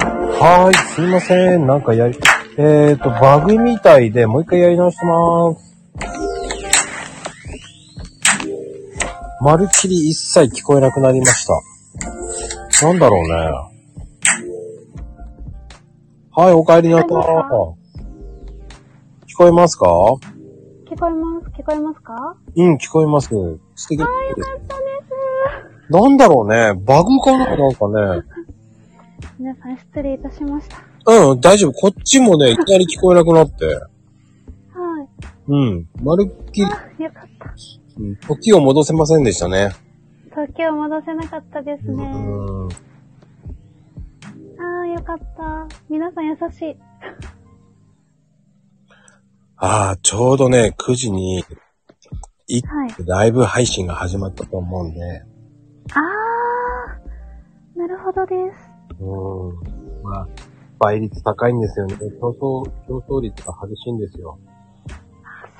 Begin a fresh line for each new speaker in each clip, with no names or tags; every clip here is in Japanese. はーい、すいません。なんかやり、えっ、ー、と、バグみたいで、もう一回やり直してまーす。まるっきり一切聞こえなくなりました。なんだろうね。はい、お帰りなさい。
何ですか
聞こえますか
聞こえます聞こえますかあ
うん、聞こえます。素敵で
あ、よ
す。
かったで
なんだろうね。バグかななんかね。
す。皆さん失礼いたしました。
うん、大丈夫。こっちもね、いきなり聞こえなくなって。
はい。
うん。まるっきり、
あ、よかった。
うん時を戻せませんでしたね。
時を戻せなかったですね。
うん。
ああ、よかった。皆さん優しい。
ああ、ちょうどね、9時に、い
はい。
ライブ配信が始まったと思うんで。
ああ、なるほどです。
うん。まあ、倍率高いんですよね。競争、競争率が激しいんですよ。
あ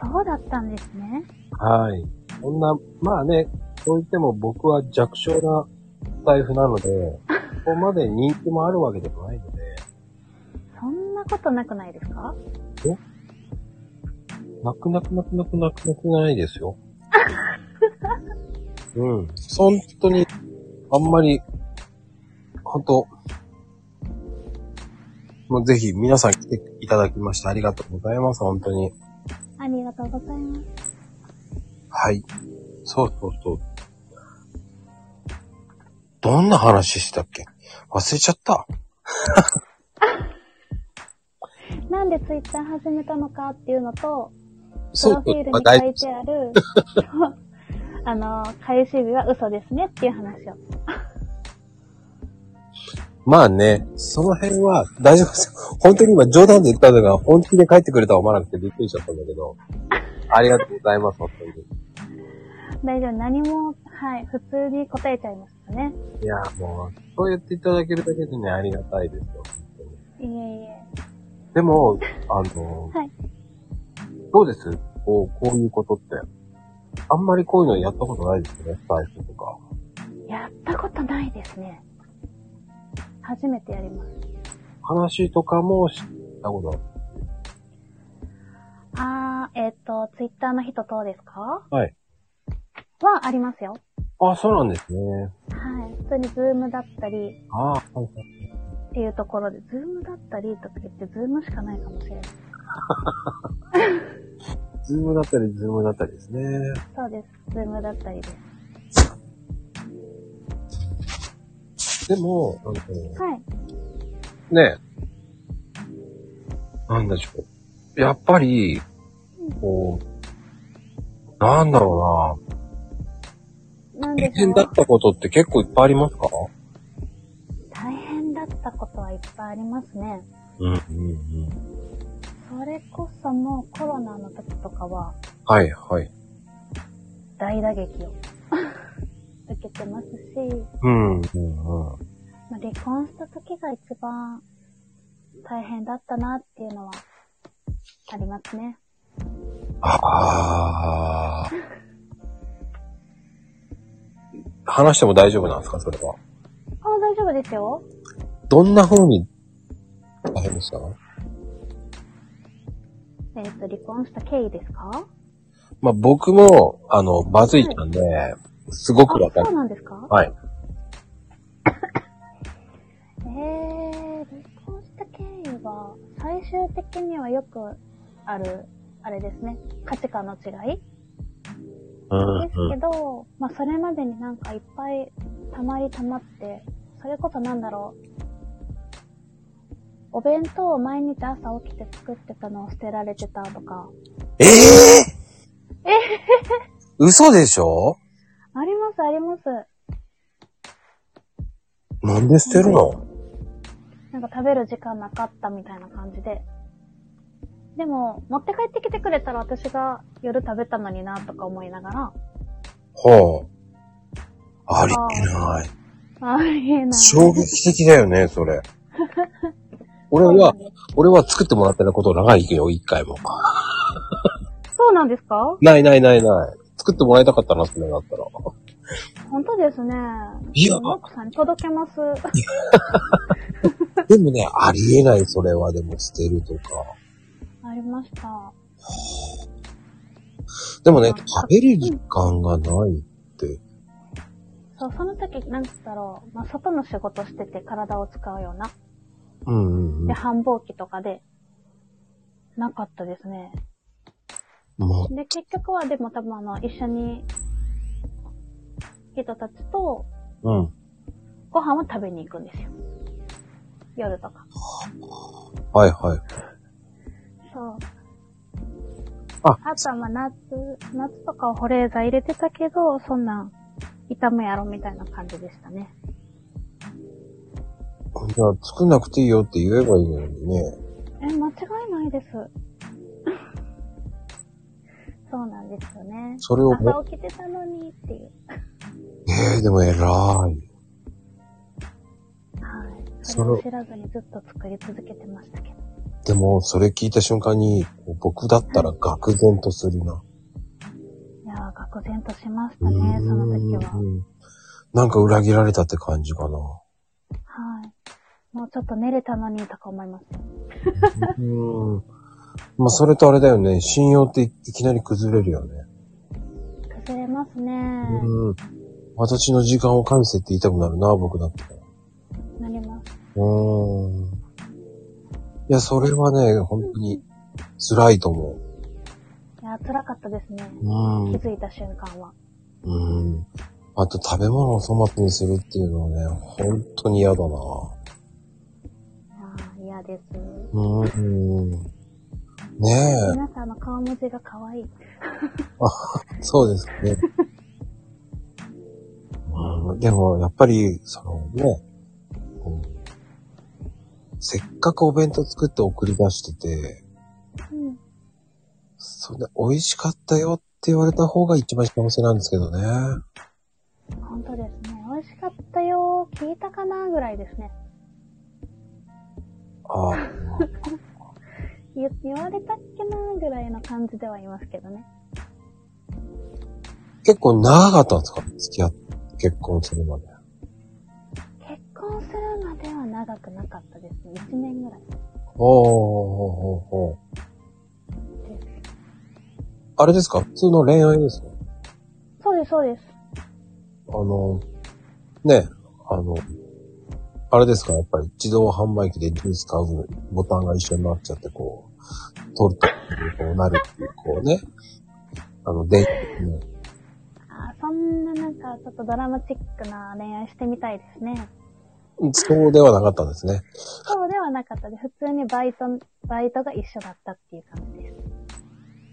そうだったんですね。
はい。こんな、まあね、そう言っても僕は弱小な財布なので、ここまで人気もあるわけでもないので、
そんなことなくないですか
泣く泣く泣く泣く泣く泣くないですよ。うん。本当に、あんまり、本当、もうぜひ皆さん来ていただきましてありがとうございます、本当に。
ありがとうございます。
はい。そうそうそう。どんな話してたっけ忘れちゃった。
なんでツイッター始めたのかっていうのと、プ
そ
ロ
う
フィールに
あ大
書いてある、そう あの、開始日は嘘ですねっていう話を。
まあね、その辺は大丈夫ですよ。本当に今冗談で言ったのが本気で帰ってくれたとは思わなくてびっくりしちゃったんだけど。ありがとうございます、本当に。
大丈夫、何も、はい、普通に答えちゃいましたね。
いや、もう、そうやっていただけるだけでね、ありがたいですよ。本当に
いえいえ。
でも、あの、
はい
どうですこう、こういうことって。あんまりこういうのやったことないですよね、財布とか。
やったことないですね。初めてやります。
話とかも知ったことない。
あー、えっ、と、ツイッターの人等ですか
はい。
はありますよ。
あ、そうなんですね。
はい。普通にズームだったり、
ああ、はいはい。
っていうところで、ズームだったりとか言って、ズームしかないかもしれない。
ズームだったり、ズームだったりですね。
そうです。ズームだったりです。
でも、あの、
はい。
ねえ、なんでしょう。やっぱり、こう、なんだろ
な
う
ん
な、
で
大
しょ
変
う
だったことって結構いっぱいありますか
大変だったことはいっぱいありますね。
うん、うん、うん。
それこそもうコロナの時とかは
はい、はい。
大打撃を受けてますし、
うん、うん、うん。
まあ離婚した時が一番大変だったなっていうのはありますね。
ああ。話しても大丈夫なんですかそれは。
あ、大丈夫ですよ。
どんな風に、大変でした
えっ、と、離婚した経緯ですか
まあ、僕も、あの、まずいたんで、すごくわか
あ、そ
る。
うなんですか
はい。
えー、離婚した経緯は、最終的にはよくある、あれですね、価値観の違い
うん、
ですけど、まあそれまでになんかいっぱい溜まり溜まって、それこそなんだろう。お弁当を毎日朝起きて作ってたのを捨てられてたとか。
ええ嘘でしょ
ありますあります。
なんで捨てるの
なんか食べる時間なかったみたいな感じで。でも、持って帰ってきてくれたら私が夜食べたのになとか思いながら、
ほう。ありえない。
あありえない。
衝撃的だよね、それ。俺
そうな
は
ん、です
俺は作ってもらってたこと長いけよ、一回も。
そうなんですか
ないないないない。作ってもらいたかったな、それだったら。
本当ですね。
いや
奥さんに届けます。
でもね、ありえない、それは。でも捨てるとか。
ありました。
でもね、食べる時間がないって。
そう、その時、なんつったろう、まあ、外の仕事してて体を使うような。
うんうんうん
で、。繁忙期とかで、なかったですね。
も
で、結局はでも多分あの、一緒に、人たちと
う、うん。
ご飯を食べに行くんですよ。夜とか。
はいはい。
そう。
あ
あとはまあ夏、夏とかは保冷剤入れてたけど、そんなん、痛むやろみたいな感じでしたね。
じゃあ、作んなくていいよって言えばいいのにね。
え、間違いないです。 そうなんですよね。
それをも
朝起きてたのにっていう。
ええでも偉い。
はい。
そ
そ
れ
れ
を
を知らずにずっと作り続けてましたけど。
でも、それ聞いた瞬間に、僕だったら愕然とするな。
いやー、愕然としました
う
ね、
ーん
その時は。
なんか裏切られたって感じかな。
はい。もうちょっと寝れたのにとか思いますよ。
うん。まあ、それとあれだよね。信用っていきなり崩れるよね。
崩れますね。
うん。私の時間を返せって言いたくなるな、僕だったら。
なります。
うーん。いや、それはね、本当に辛いと思
いやー、辛かったですね。
う。うん
気。づいた瞬間は。
うん。あと食べ物を粗末にするっていうのはね、本当に嫌だな。
あー嫌です。
うん。ねえ、
皆さんあの顔文字が可愛い。
そうですね。 うん、でも、やっぱり、そのね、こうせっかくお弁当作って送り出してて、
うん。
それで美味しかったよって言われた方が一番幸せなんですけどね。
本当ですね。美味しかったよー。聞いたかなぐらいですね。
ああ、
言言われたっけなぐらいの感じではいますけどね。
結構長かったんですか付き合って、結婚するまで。
結婚するまでは長くなかったですね。1年ぐらいで
おーほうほうほう。
す。
あれですか普通の恋愛ですか
そうです、そうです。
あの、ね、あの、あれですかやっぱり自動販売機でジュース買うボタンが一緒になっちゃって、こう、取るときにこうなるっていう、こうね。あの、電気の
あーそんななんかちょっとドラマチックな恋愛してみたいですね。
そうではなかったんですね。
そうではなかったです。普通にバイト、バイトが一緒だったっていう感じで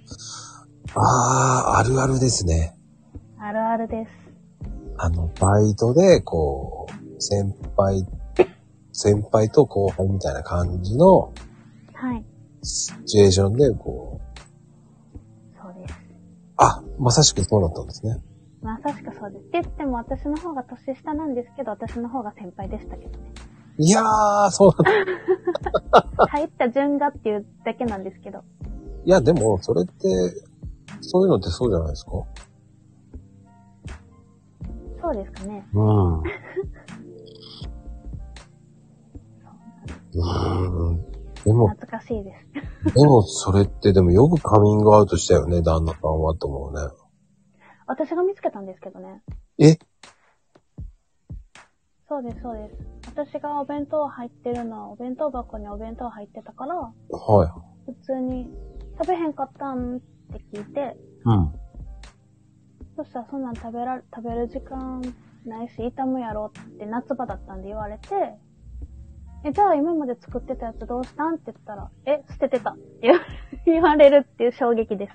す。
ああ、あるあるですね。
あるあるです。
あの、バイトで、こう、先輩、先輩と後輩みたいな感じの
はい。
シチュエーションで、こう、
そうです。
あ、まさしくそうだったんですね。
まさしくそうです。って言っても私の方が年下なんですけど、私の方が先輩でしたけどね。
いやー、そうだった。い
入った順がっていうだけなんですけど。
や、でも、それって、そういうのってそうじゃないですか
そうですかね。
うん。うーん。でも、
懐かしいです。
でも、それって、でもよくカミングアウトしたよね、旦那さんはと思うね。
私が見つけたんですけどね。
え
そうです、そうです。私がお弁当入ってるのは、お弁当箱にお弁当入ってたから、
はい。
普通に、食べへんかったんって聞いて、
うん。
そしたらそんなん食べら、食べる時間ないし、痛むやろって夏場だったんで言われて、え、じゃあ今まで作ってたやつどうしたんって言ったら、え、捨ててたって言わ言われ るっていう衝撃です。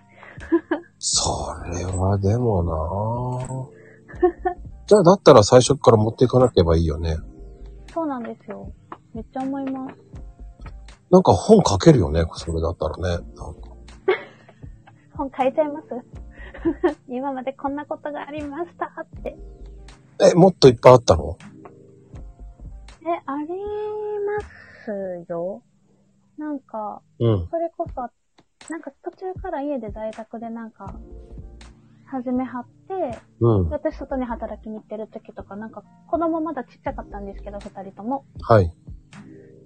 それはでもなぁ。じゃあだったら最初から持っていかなければいいよね。
そうなんですよ。めっちゃ思います。
なんか本書けるよね、それだったらね。なんか
本書いちゃいます 今までこんなことがありましたって。
え、もっといっぱいあったの
え、ありますよ。なんか、
うん。
それこそ、なんか途中から家で在宅でなんか、始めはって、
うん。
私外に働きに行ってる時とか、なんか子供まだちっちゃかったんですけど、二人とも。
はい。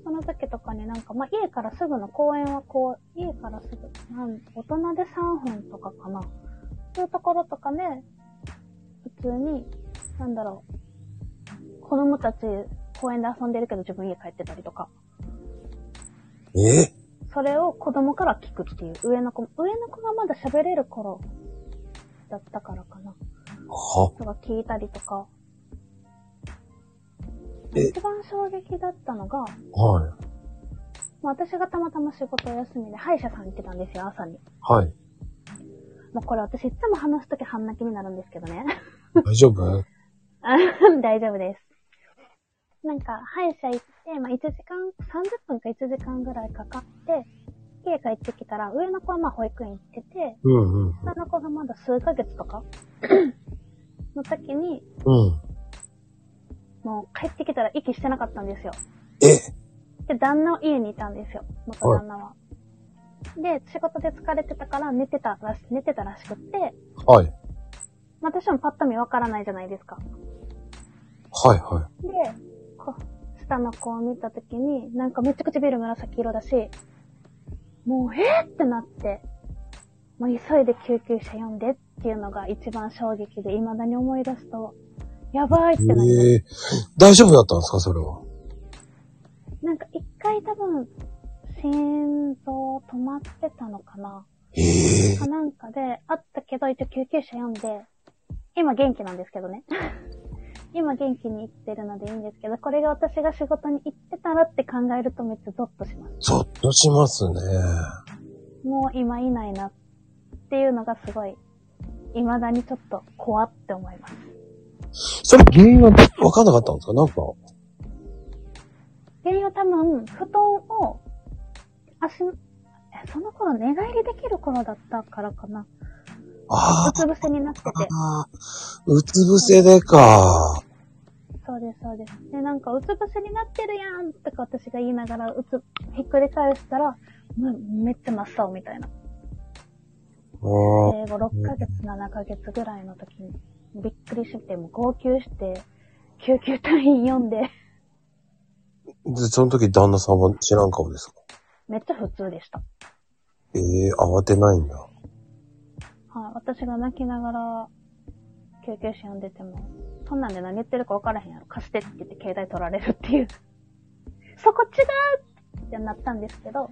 そ学の時とかになんか、まあ、家からすぐの公園はこう、家からすぐ、なん、大人で3分とかかな。そういうところとかね、普通に、なんだろう、子供たち公園で遊んでるけど自分家帰ってたりとか、
え
それを子供から聞くっていう、上の子も、上の子がまだ喋れる頃だったからかな。
は
とか聞いたりとか。
え
一番衝撃だったのが、
はい。
まあ、私がたまたま仕事お休みで歯医者さん行ってたんですよ、朝に。
はい。
もうこれ私いつも話すとき半泣きになるんですけどね。
大丈夫
あ大丈夫です。なんか、歯医者行って、まあ、1時間、30分か1時間ぐらいかかって、家帰ってきたら、上の子はまあ保育園行ってて、
うんうんうん。
下の子がまだ数ヶ月とか の時に、
うん。
もう帰ってきたら息してなかったんですよ。
え
で、旦那は家にいたんですよ。元旦那は。で、仕事で疲れてたから寝てたらし、寝てたらしくって、
はい。
まあ私もパッと見わからないじゃないですか。
はいは
で、こう、下の子を見たときに、なんかめっちゃ唇紫色だし、もう、えー、ってなって、もう急いで救急車呼んでっていうのが一番衝撃で、未だに思い出すと、やばいって
い。
なります。
ええ大丈夫だったんですかそれは。
なんか一回多分、心臓止まってたのかな
ええ
かなんかで、あったけど、一応救急車呼んで、今元気なんですけどね。 今元気に行ってるのでいいんですけど、これが私が仕事に行ってたらって考えるとめっちゃゾッとします。
ゾッとしますね。
もう今いないなっていうのがすごい、未だにちょっと怖って思います。
それ原因は分かんなかったんですかなんか。
原因は多分、布団を、足の、えその頃寝返りできる頃だったからかな。
あ
うつ伏せになってて。
あ、うつ伏せでか。
そうです、そうです。で、なんか、うつ伏せになってるやんとか私が言いながら、うつ、ひっくり返したら、めめっちゃ真っ青みたいな。
う
生
ん。
後6ヶ月、7ヶ月ぐらいの時に、びっくりして、もう号泣して、救急隊員呼んで、
で、その時旦那さんは知らん顔ですか
めっちゃ普通でした。
ええ慌てないんだ。
はい、私が泣きながら、救急車呼んでても、そんなんで何言ってるか分からへんやろ。貸してって言って携帯取られるっていう。 そこ違うってなったんですけど、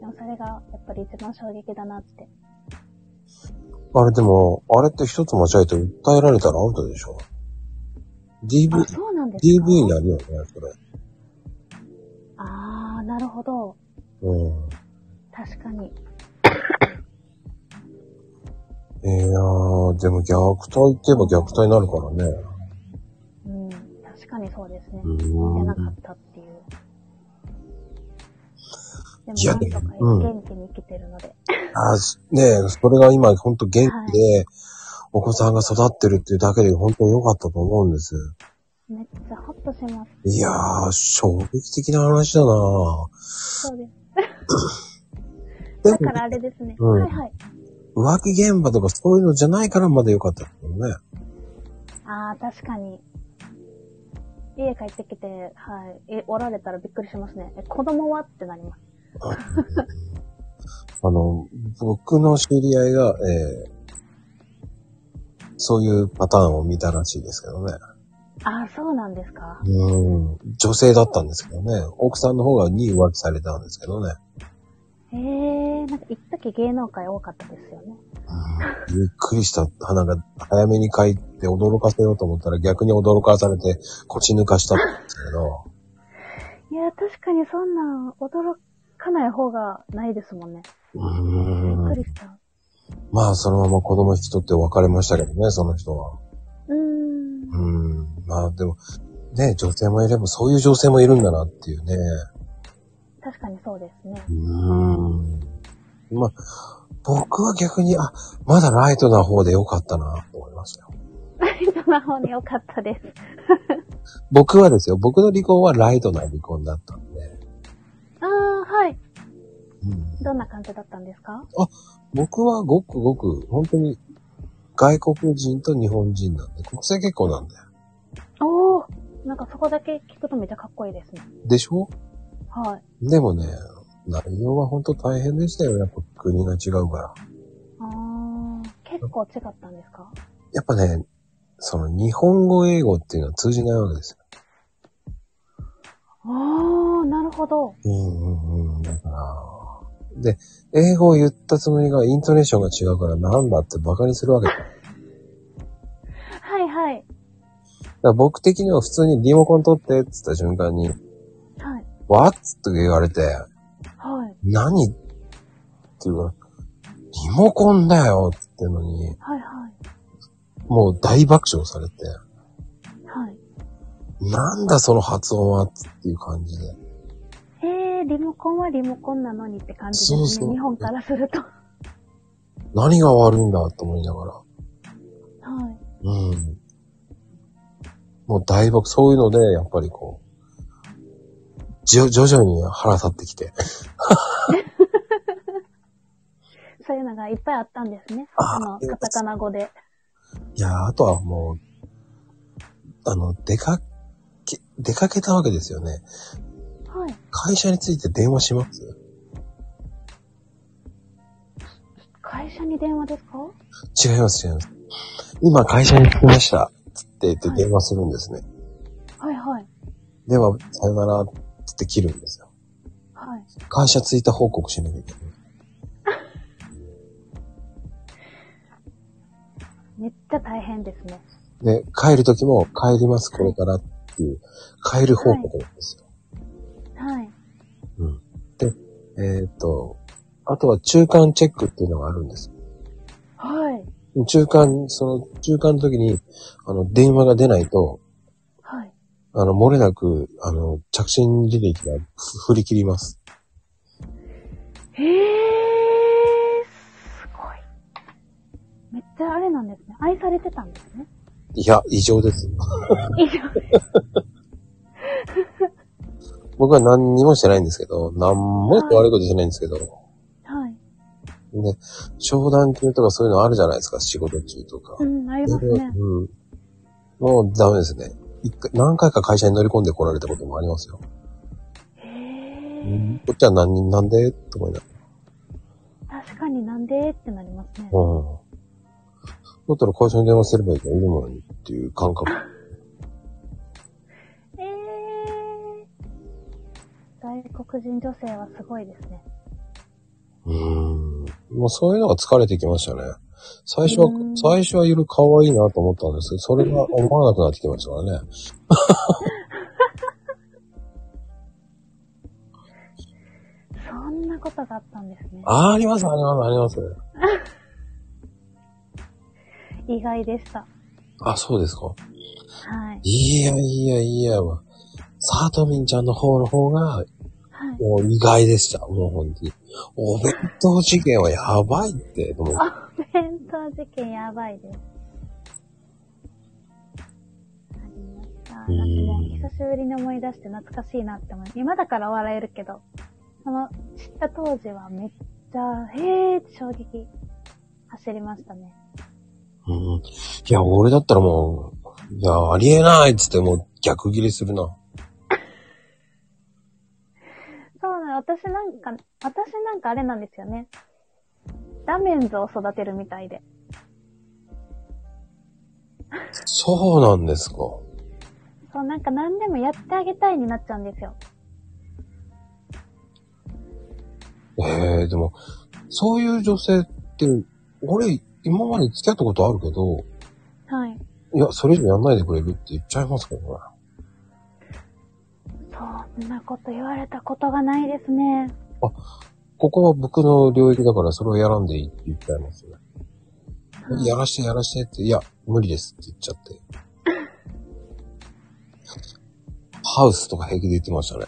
でもそれがやっぱり一番衝撃だなって。
あれでも、あれって一つ間違えて訴えられたらアウトでしょ ?DV
あ、、そうなんですか
DV になるよね、それ。
あー、なるほど。
うん。
確かに。
いやー、でも虐待って言えば虐待になるからね。
うん、確かにそうですね。
う
出
ーん
なかったっていう。
い
で
や
も、なんとか
うん
元気に生きてるので。
あーしねえ、それが今本当元気で、お子さんが育ってるっていうだけで本当に良かったと思うんです。
めっちゃホッとします。
いやー、衝撃的な話だな
そうです。
で
だ
も
か、らあれですね。
うん
はいはい。
浮気現場とかそういうのじゃないからまだ良かったけどね。
ああ、確かに。家帰ってきて、はい。え、おられたらびっくりしますね。え、子供はってなります。
あの、僕の知り合いが、えーそういうパターンを見たらしいですけどね。
ああ、そうなんですか。
うん。女性だったんですけどね。奥さんの方がに浮気されたんですけどね。
ええー、なんか一時芸能界多かったですよね。
うんびっくりした花が早めに書いて驚かせようと思ったら逆に驚かされて腰抜かしたんですけど。
いや、確かにそんなん驚かない方がないですもんね。び
う
っく
ん
り。した。
まあそのまま子供引き取って別れましたけどね、その人は。
うーん。
うん。まあでも、ね、女性もいればそういう女性もいるんだなっていうね。
確かにそうですね。
うーんまあ、僕は逆に、あ、まだライトな方でよかったなと思いましたよ。
スマホでよかったです。
僕はですよ、僕の離婚はライトな離婚だったんで、
ああ、はい。
うん
どんな感じだったんですか
僕はごくごく、本当に外国人と日本人なんで、国際結婚なんだよ。
おお、なんかそこだけ聞くとめっちゃかっこいいですね。
でしょ
はい。
でもね、内容は本当大変でしたよ。やっぱ国が違うから。
あー、結構違ったんですか
やっぱね、その日本語英語っていうのは通じないわけですよ。
あー、なるほど。
うんうんうん。だから、で、英語を言ったつもりがイントネーションが違うからなんだって馬鹿にするわけだ。だか
はいはい。
ら僕的には普通にリモコン取ってって言った瞬間に、
はい。
わっつって言われて、
はい。
何っていうから、リモコンだよって言ってんのに、
はいはい。
もう大爆笑されて、
はい。
なんだその発音はっていう感じで。
えー、リモコンはリモコンなのにって感じですね。
そうそう
日本からすると。は
何が悪いんだと思いながら。
い。
うん。もう大爆、そういうので、やっぱりこう、じょ、徐々に腹立ってきて。
そういうのがいっぱいあったんですね。
あー
あの、カタカナ語で。
いやー、あとはもう、あの、出かけ、出かけたわけですよね。
はい。
会社について電話します
会社に電話ですか
違います、違います。今会社に着きました。つって言って電話するんですね。
はいはい。
では、さよなら、つって切るんですよ。
はい。
会社着いた報告しなきゃいけない。
めっちゃ大変ですね。
で、帰る時も帰ります、これからっていう、帰る報告なんですよ。
はい。
えーっ、と、あとは中間チェックっていうのがあるんです。
はい。
中間、その中間の時に、あの、電話が出ないと、
はい。
あの、漏れなく、あの、着信履歴がふ振り切ります。
へえー、すごい。めっちゃあれなんですね。愛されてたんです ね。
いや、異常です。
以上です。
僕は何にもしてないんですけど、何も悪いことしてないんですけど、
はい。
ね、商談中とかそういうのあるじゃないですか、仕事中とか。
うん、ありますね。
うん。もうダメですね。一回何回か会社に乗り込んで来られたこともありますよ。
へ
う
えー。
ん、こっちは何人なんでと思いながら
確かになんでってなりますね。
うん。だったら会社に電話すればいいから、いるのにっていう感覚。
えー。外国人女性はすごいですね。
うーん。もうそういうのが疲れてきましたね。最初は
うー、ん
最初はゆる可愛いなと思ったんですけど、それが思わなくなってきましたからね。
そんなことがあったんですね。
あー、あります、あります、あります。
意外でした。
あ、そうですか。
はい。
いや、いや、いや、わ。さとみんちゃんの方の方が、
はい。
もう意外でした。もう本当に。お弁当事件はやばいって、思う
弁当事件やばいです。ありました。なんかもう久しぶりに思い出して懐かしいなって思います。今だから笑えるけど、その、知った当時はめっちゃ、へーって衝撃走りましたね。
うん。いや、俺だったらもう、いや、ありえないっつってもう逆ギレするな。
そうなの、私なんか、私なんかあれなんですよね。ダメンズを育てるみたいで。
そうなんですか。
そう、なんか何でもやってあげたいになっちゃうんですよ。
ええでも、そういう女性って、俺、今まで付き合ったことあるけど、
はい。
いや、それ以上やんないでくれるって言っちゃいますからね。
そんなこと言われたことがないですね。
ここは僕の領域だから、それをやらんでいいって言っちゃいますね。
うん
やらして、やらしてって、いや、無理ですって言っちゃって。ハウスとか平気で言ってましたね。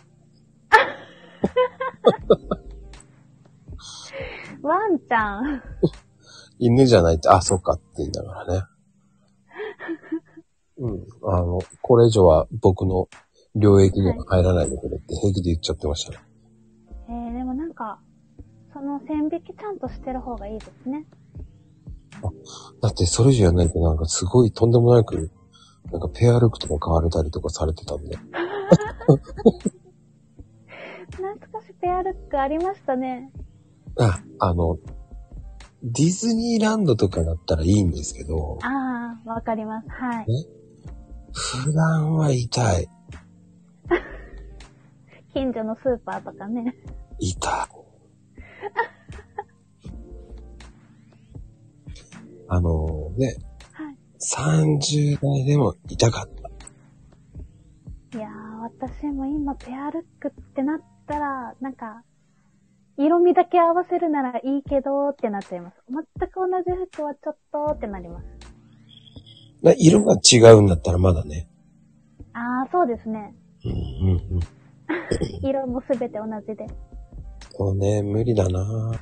ワンちゃん。
犬じゃないって、あ、そっかって言いながらね。うん。あの、これ以上は僕の領域には入らないでくれって平気で言っちゃってましたね。
えー、でもなんか、その線引きちゃんとしてる方がいいですね。
だってそれ以上やんないとなんかすごいとんでもなくなんかペアルックとか買われたりとかされてたんで。
懐かしペアルックありましたね。
あ、あの、ディズニーランドとかだったらいいんですけど、
ああ、わかります。はい。
普段は痛い。
近所のスーパーとかね。
痛い。 あのね、
はい。
30代でも痛かった。
いやー、私も今ペアルックってなったら、なんか、色味だけ合わせるならいいけどってなっちゃいます。全く同じ服はちょっとってなります。
な色が違うんだったらまだね。
あー、そうですね。
うんうんうん。
色もすべて同じで。
そうね、無理だな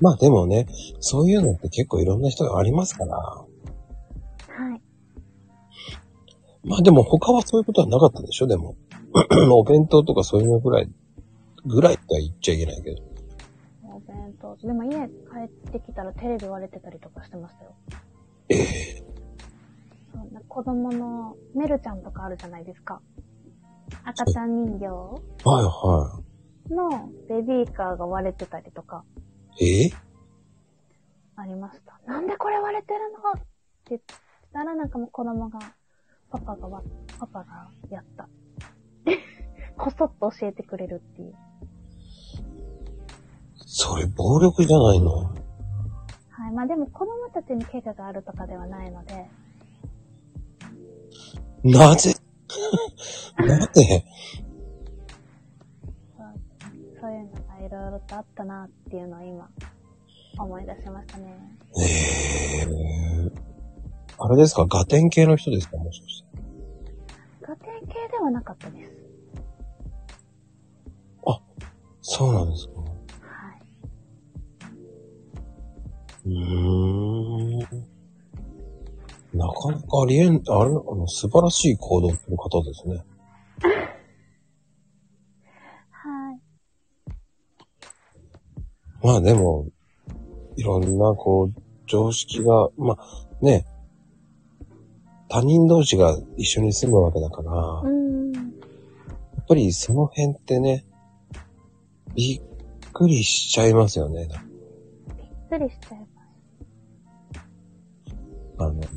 まあでもね、そういうのって結構いろんな人がありますから。
はい。
まあでも他はそういうことはなかったでしょでも。 お弁当とかそういうのぐらい、ぐらいっては言っちゃいけないけど。
お弁当。でも家帰ってきたらテレビ割れてたりとかしてましたよ。
え
そんな子供のメルちゃんとかあるじゃないですか。赤ちゃん人形
はいは
のベビーカーが割れてたりとか
い。えー
ありました。なんでこれ割れてるのって言ったらなんかもう子供が、パパがわ、パパがやった。 こそっと教えてくれるっていう。
それ暴力じゃないの
はい。まあでも子供たちに怪我があるとかではないので、
なぜ なぜ
そういうのがいろいろとあったなっていうのを今、思い出しましたね。
えー、あれですかガテン系の人ですかもしかして。
家庭系ではなかったです。
そうなんですか。
はいう
ーん。なかなかありえん、あれ、あの、素晴らしい行動の方ですね。。
はい。
まあでも、いろんな、こう、常識が、まあ、ね、他人同士が一緒に住むわけだから、
う
や
ーん。
っぱりその辺ってね、びっくりしちゃいますよね。
びっくりしちゃいます。
あの、付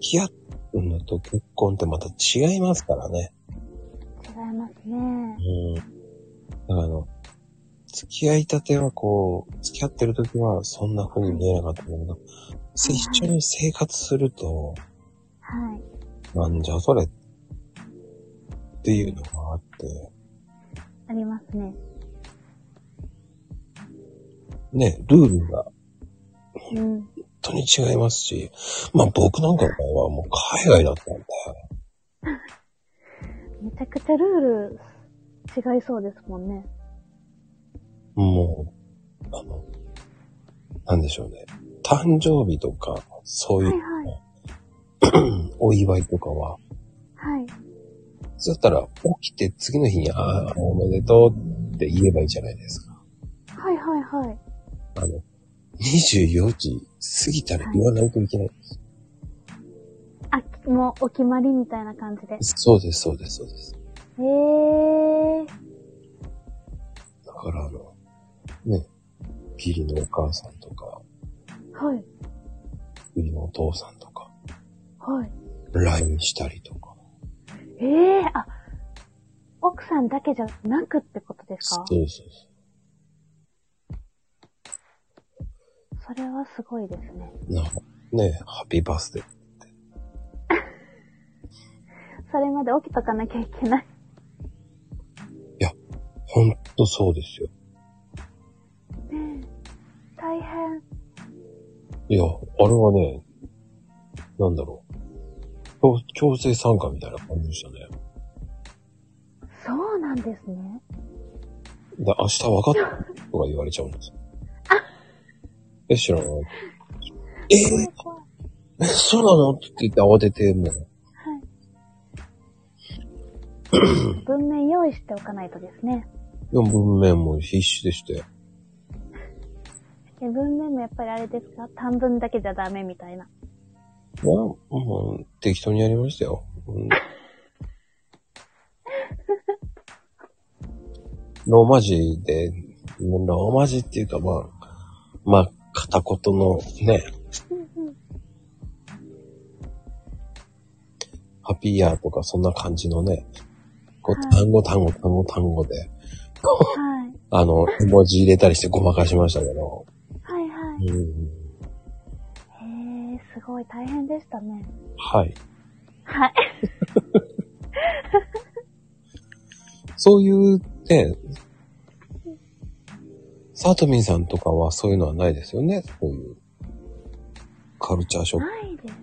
き合うのと結婚ってまた違いますからね。
違います
う
ね。
ん。だからあの、付き合いたてはこう、付き合ってる時はそんな風に見えなかったんだけど、せ一緒に生活すると、
はい。
なんじゃそれっていうのがあって、
ありますね。
ね、ルールが
うん。
本当に違いますし、まあ僕なんかの場合はもう海外だったんで、
めちゃくちゃルール違いそうですもんね。
もう、あの、なんでしょうね。誕生日とか、そう
はいいうはい。
お祝いとかは、
はい。
そうしたら起きて次の日に、ああ、おめでとうって言えばいいじゃないですか。
はいはいはい。
あの、24時過ぎたら言わないといけない。
あ、きもうお決まりみたいな感じで。え
そうです、そうです、そうです。
えー。
だからあの、ね、義理のお母さんとか、
はい。
義理のお父さんとか、
はい。
LINE したりとか。
ええー、あ、奥さんだけじゃなくってことです
そ
か
うそうそう。
それはすごいですね。
なんかね、ハッピーバースデー。
それまで起きとかなきゃいけない。
ほんとそうですよ。
ねえ大変。
いや、あれはね、なんだろう。強強制参加みたいな感じでしたね。
そうなんですね。
で、明日分かったとか言われちゃうんですよ。え、知らない。え
怖い怖い
ー、そうなのって言って慌てて、もう、
はい。文面用意しておかないとですね。
4文面も必死でして。
で、文面もやっぱりあれですか短文だけじゃダメみたいな。
いや、もう、適当にやりましたよ。うん、ローマ字で、ローマ字っていうか、まあ、まあ、片言のね、
うんうん。
ハッピーイヤーとかそんな感じのね、こ
は
う
い
単語単語単語単語で、
はい。
あの、絵文字入れたりしてごまかしましたけど、
はいは
う
い。
ん、
へえ、すごい大変でしたね。
はい。
はい。
そういうね、サトミンさんとかはそういうのはないですよね、そういう。カルチャーショック。
ないです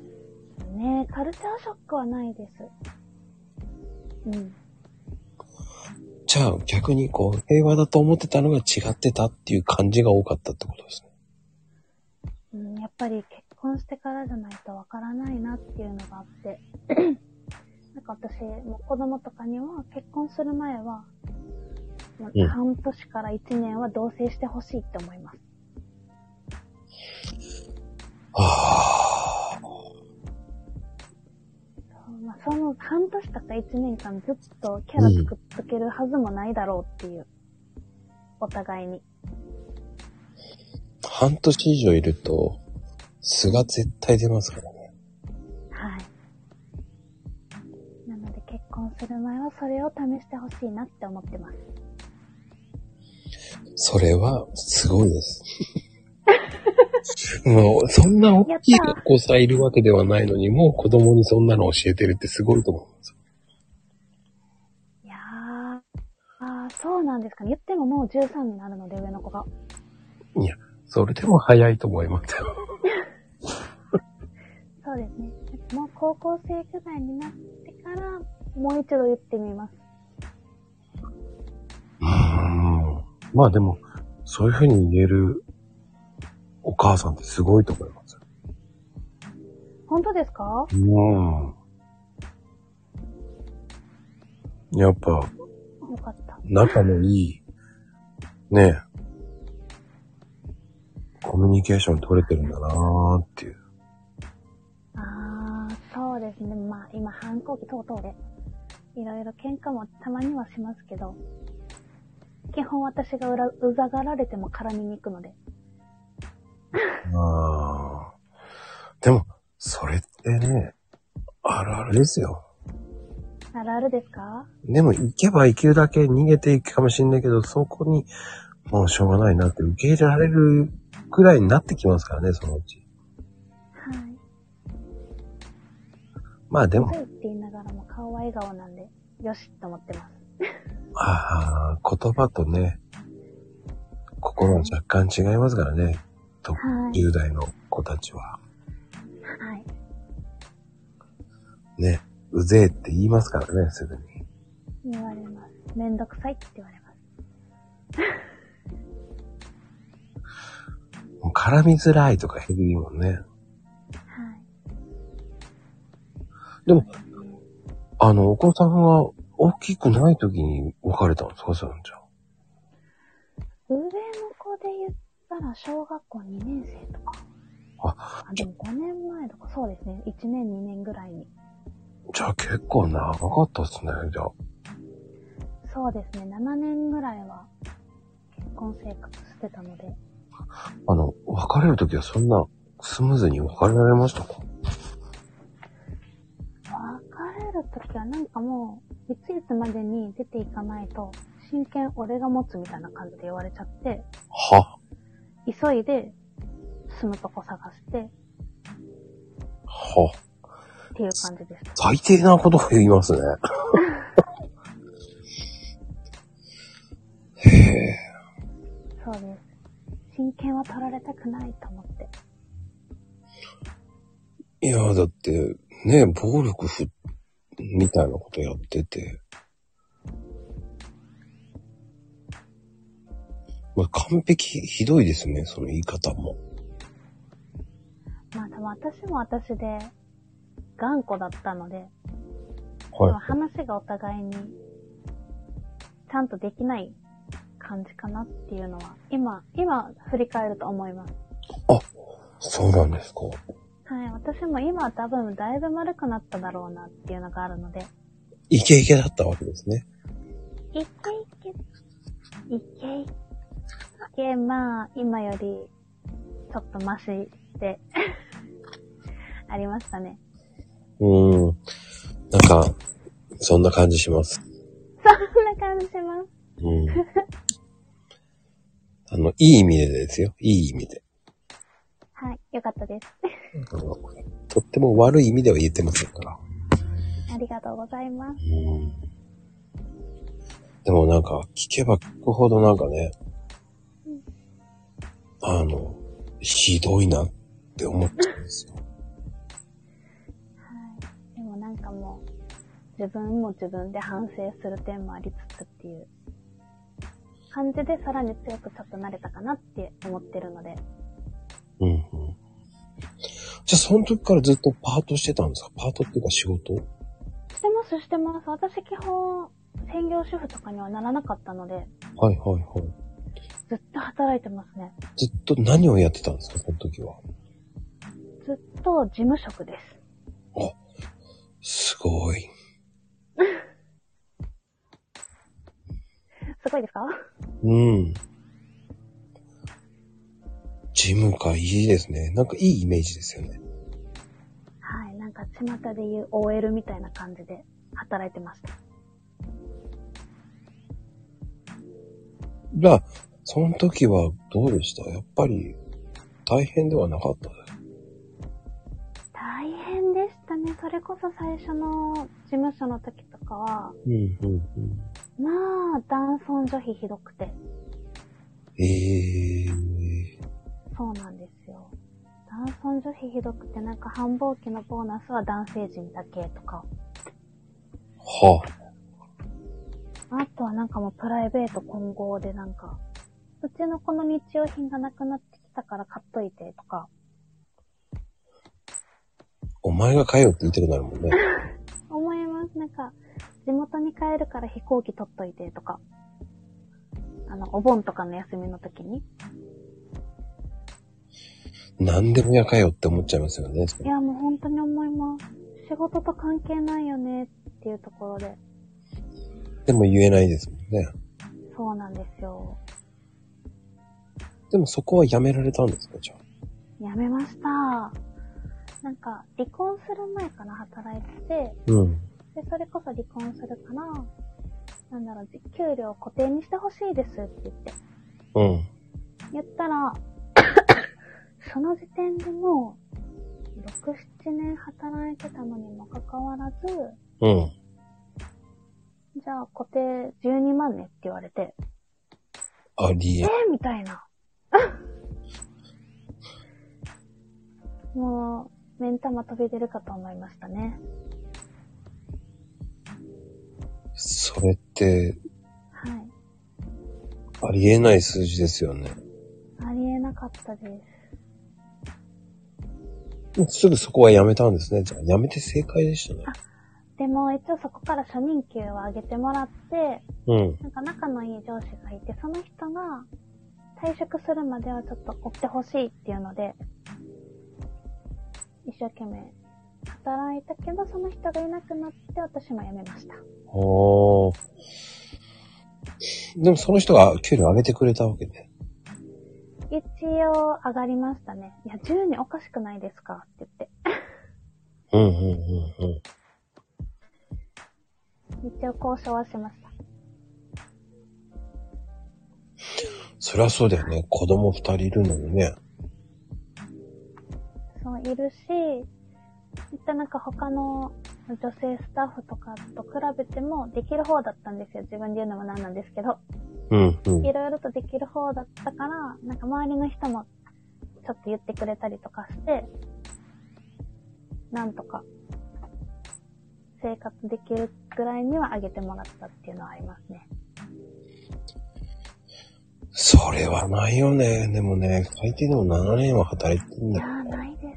ね。カルチャーショックはないです。うん。
じゃあ逆にこう、平和だと思ってたのが違ってたっていう感じが多かったってことですね。
うん、やっぱり結婚してからじゃないとわからないなっていうのがあって。 なんか私、もう子供とかには結婚する前は、まあ
うん
半年から1年は同棲してほしいって思います。
ああ、
そうまあ、その半年とか1年間ずっとキャラ作っとけるはずもないだろうっていう。お互いに。
半年以上いると、素が絶対出ますからね。
はい。なので結婚する前はそれを試してほしいなって思ってます。
それは、すごいです。もう、そんな大きい
やった
お子さんいるわけではないのに、もう子供にそんなの教えてるってすごいと思うんですよ。
いやー、あーそうなんですかね。言ってももう13になるので上の子が。
いや、それでも早いと思いますよ。
そうですね。もう高校生くらいになってから、もう一度言ってみます。
うーん。まあでも、そういうふうに言えるお母さんってすごいと思いますよ。
本当ですか
うん。やっぱ、
よかった。
仲のいい、ねえ、コミュニケーション取れてるんだなーっていう。
あー、そうですね。まあ今反抗期等々で、いろいろ喧嘩もたまにはしますけど、基本私がうらうざがられても絡みに行くので。
あーでも、それってね、あるあるですよ。
あるあるですか
でも、行けば行けるだけ逃げていくかもしれないけど、そこに、もうしょうがないなって受け入れられるくらいになってきますからね、そのうち。
はい。
まあでも
はい、って言いながらも顔は笑顔なんで、よしと思ってます。
ああ、言葉とね、心は若干違いますからね、と
はい。
10代の子たちは。
はい。
ね、うぜえって言いますからね、すぐに。
言われます。めんどくさいって言われます。
もう絡みづらいとかヘビーもんね。
はい。
でも、あの、お子さんが大きくない時に別れたんですか、そうんちゃん。
上の子で言ったら小学校2年生とか。あ、でも5年前とか、そうですね。1年2年ぐらいに。
じゃあ結構長かったっすね、じゃあ。
そうですね。7年ぐらいは結婚生活してたので。
あの、別れる時はそんなスムーズに別れられましたか
別れるときはなんかもう、いついつまでに出ていかないと、親権俺が持つみたいな感じで言われちゃって、
は
急いで住むとこ探してっ
は
ていう感じでした。
最低なことを言いますね。 へえ。
そうです。親権は取られたくないと思っ
い
て。
や、だって、ね、暴力ふ、みたいなことやってて。まあ、完璧、ひどいですね、その言い方も。
まあでも私も私で頑固だったので、でも
は
話がお互いにちゃんとできない感じかなっていうのは、今、今振り返ると思います。
そうなんですか。
はい、私も今は多分だいぶ丸くなっただろうなっていうのがあるので、
イケイケだったわけですね。
いけいけ、いけいけ、まあ、今より、ちょっとマシで、 ありましたね。
うーん。なんか、そんな感じします。
そんな感じします。
うん。あの、いい意味でですよ。いい意味で。
はい、よかったです。
あのとっても悪い意味では言ってませんから。
ありがとうございます。
うん。でもなんか、聞けば聞くほどなんかね
うん、
あの、ひどいなって思っちゃうんですよ。
はい。でもなんかもう、自分も自分で反省する点もありつつっていう感じでさらに強くちょっとなれたかなって思ってるので、
うんうん。じゃあ、その時からずっとパートしてたんですかパートっていうか仕事
してます、してます。私基本、専業主婦とかにはならなかったので、
はいはいはい。
ずっと働いてますね。
ずっと何をやってたんですかその時は。
ずっと事務職です。
すごい。
すごいですか
うん。ジムか、いいですね。なんかいいイメージですよね。
はい。なんか巷で言う OL みたいな感じで働いてました。
が、その時はどうでしたやっぱり、大変ではなかったです。
大変でしたね。それこそ最初の事務所の時とかは、
うん、うん、うん。
まあ、男尊女卑ひどくて。
ええ
そうなんですよ。男尊女卑ひどくて、なんか繁忙期のボーナスは男性陣だけとか。
はあ、
あとはなんかもうプライベート混合でなんか、うちのこの日用品がなくなってきたから買っといてとか、
お前が買えよって言いたくなるもんね。
思います。なんか、地元に帰るから飛行機取っといてとか、あの、お盆とかの休みの時に。
何でもやかよって思っちゃいますよね。
いや、もう本当に思います。仕事と関係ないよねっていうところで、
でも言えないですもんね。
そうなんですよ。
でもそこはやめられたんですかじゃあ。
やめました。なんか、離婚する前から働いてて、
うん。
で、それこそ離婚するから、なんだろう、じ給料固定にしてほしいですって言って、
うん。
言ったら、 その時点でもう、6、7年働いてたのにもかかわらず、
うん。
じゃあ固定12万ねって言われて、
あり
え
えん。
ーみたいな。 もう、目ん玉飛び出るかと思いましたね。
それって、
はい。
ありえない数字ですよね。
ありえなかったです。
すぐそこはやめたんですね。じゃあ、やめて正解でしたね。
でも一応そこから初任給を上げてもらって、
うん。
なんか仲のいい上司がいて、その人が退職するまではちょっと追ってほしいっていうので、一生懸命働いたけど、その人がいなくなって私も辞めました。
おー。でもその人が給料上げてくれたわけで。
一応上がりましたね。いや、10におかしくないですかって言って。
うんうんうんうん。
一応交渉はしました。
そりゃそうだよね。子供二人いるのにね。
そう、いるし、いったなんか他の女性スタッフとかと比べてもできる方だったんですよ。自分で言うのもなんなんですけど。
うんうん。
いろいろとできる方だったから、なんか周りの人もちょっと言ってくれたりとかして、なんとか生活できるぐらいには上げてもらったっていうのはありますね。
それはないよね。でもね、最低でも7年は働いてん
い
だ
や
よ。
ー、ないです。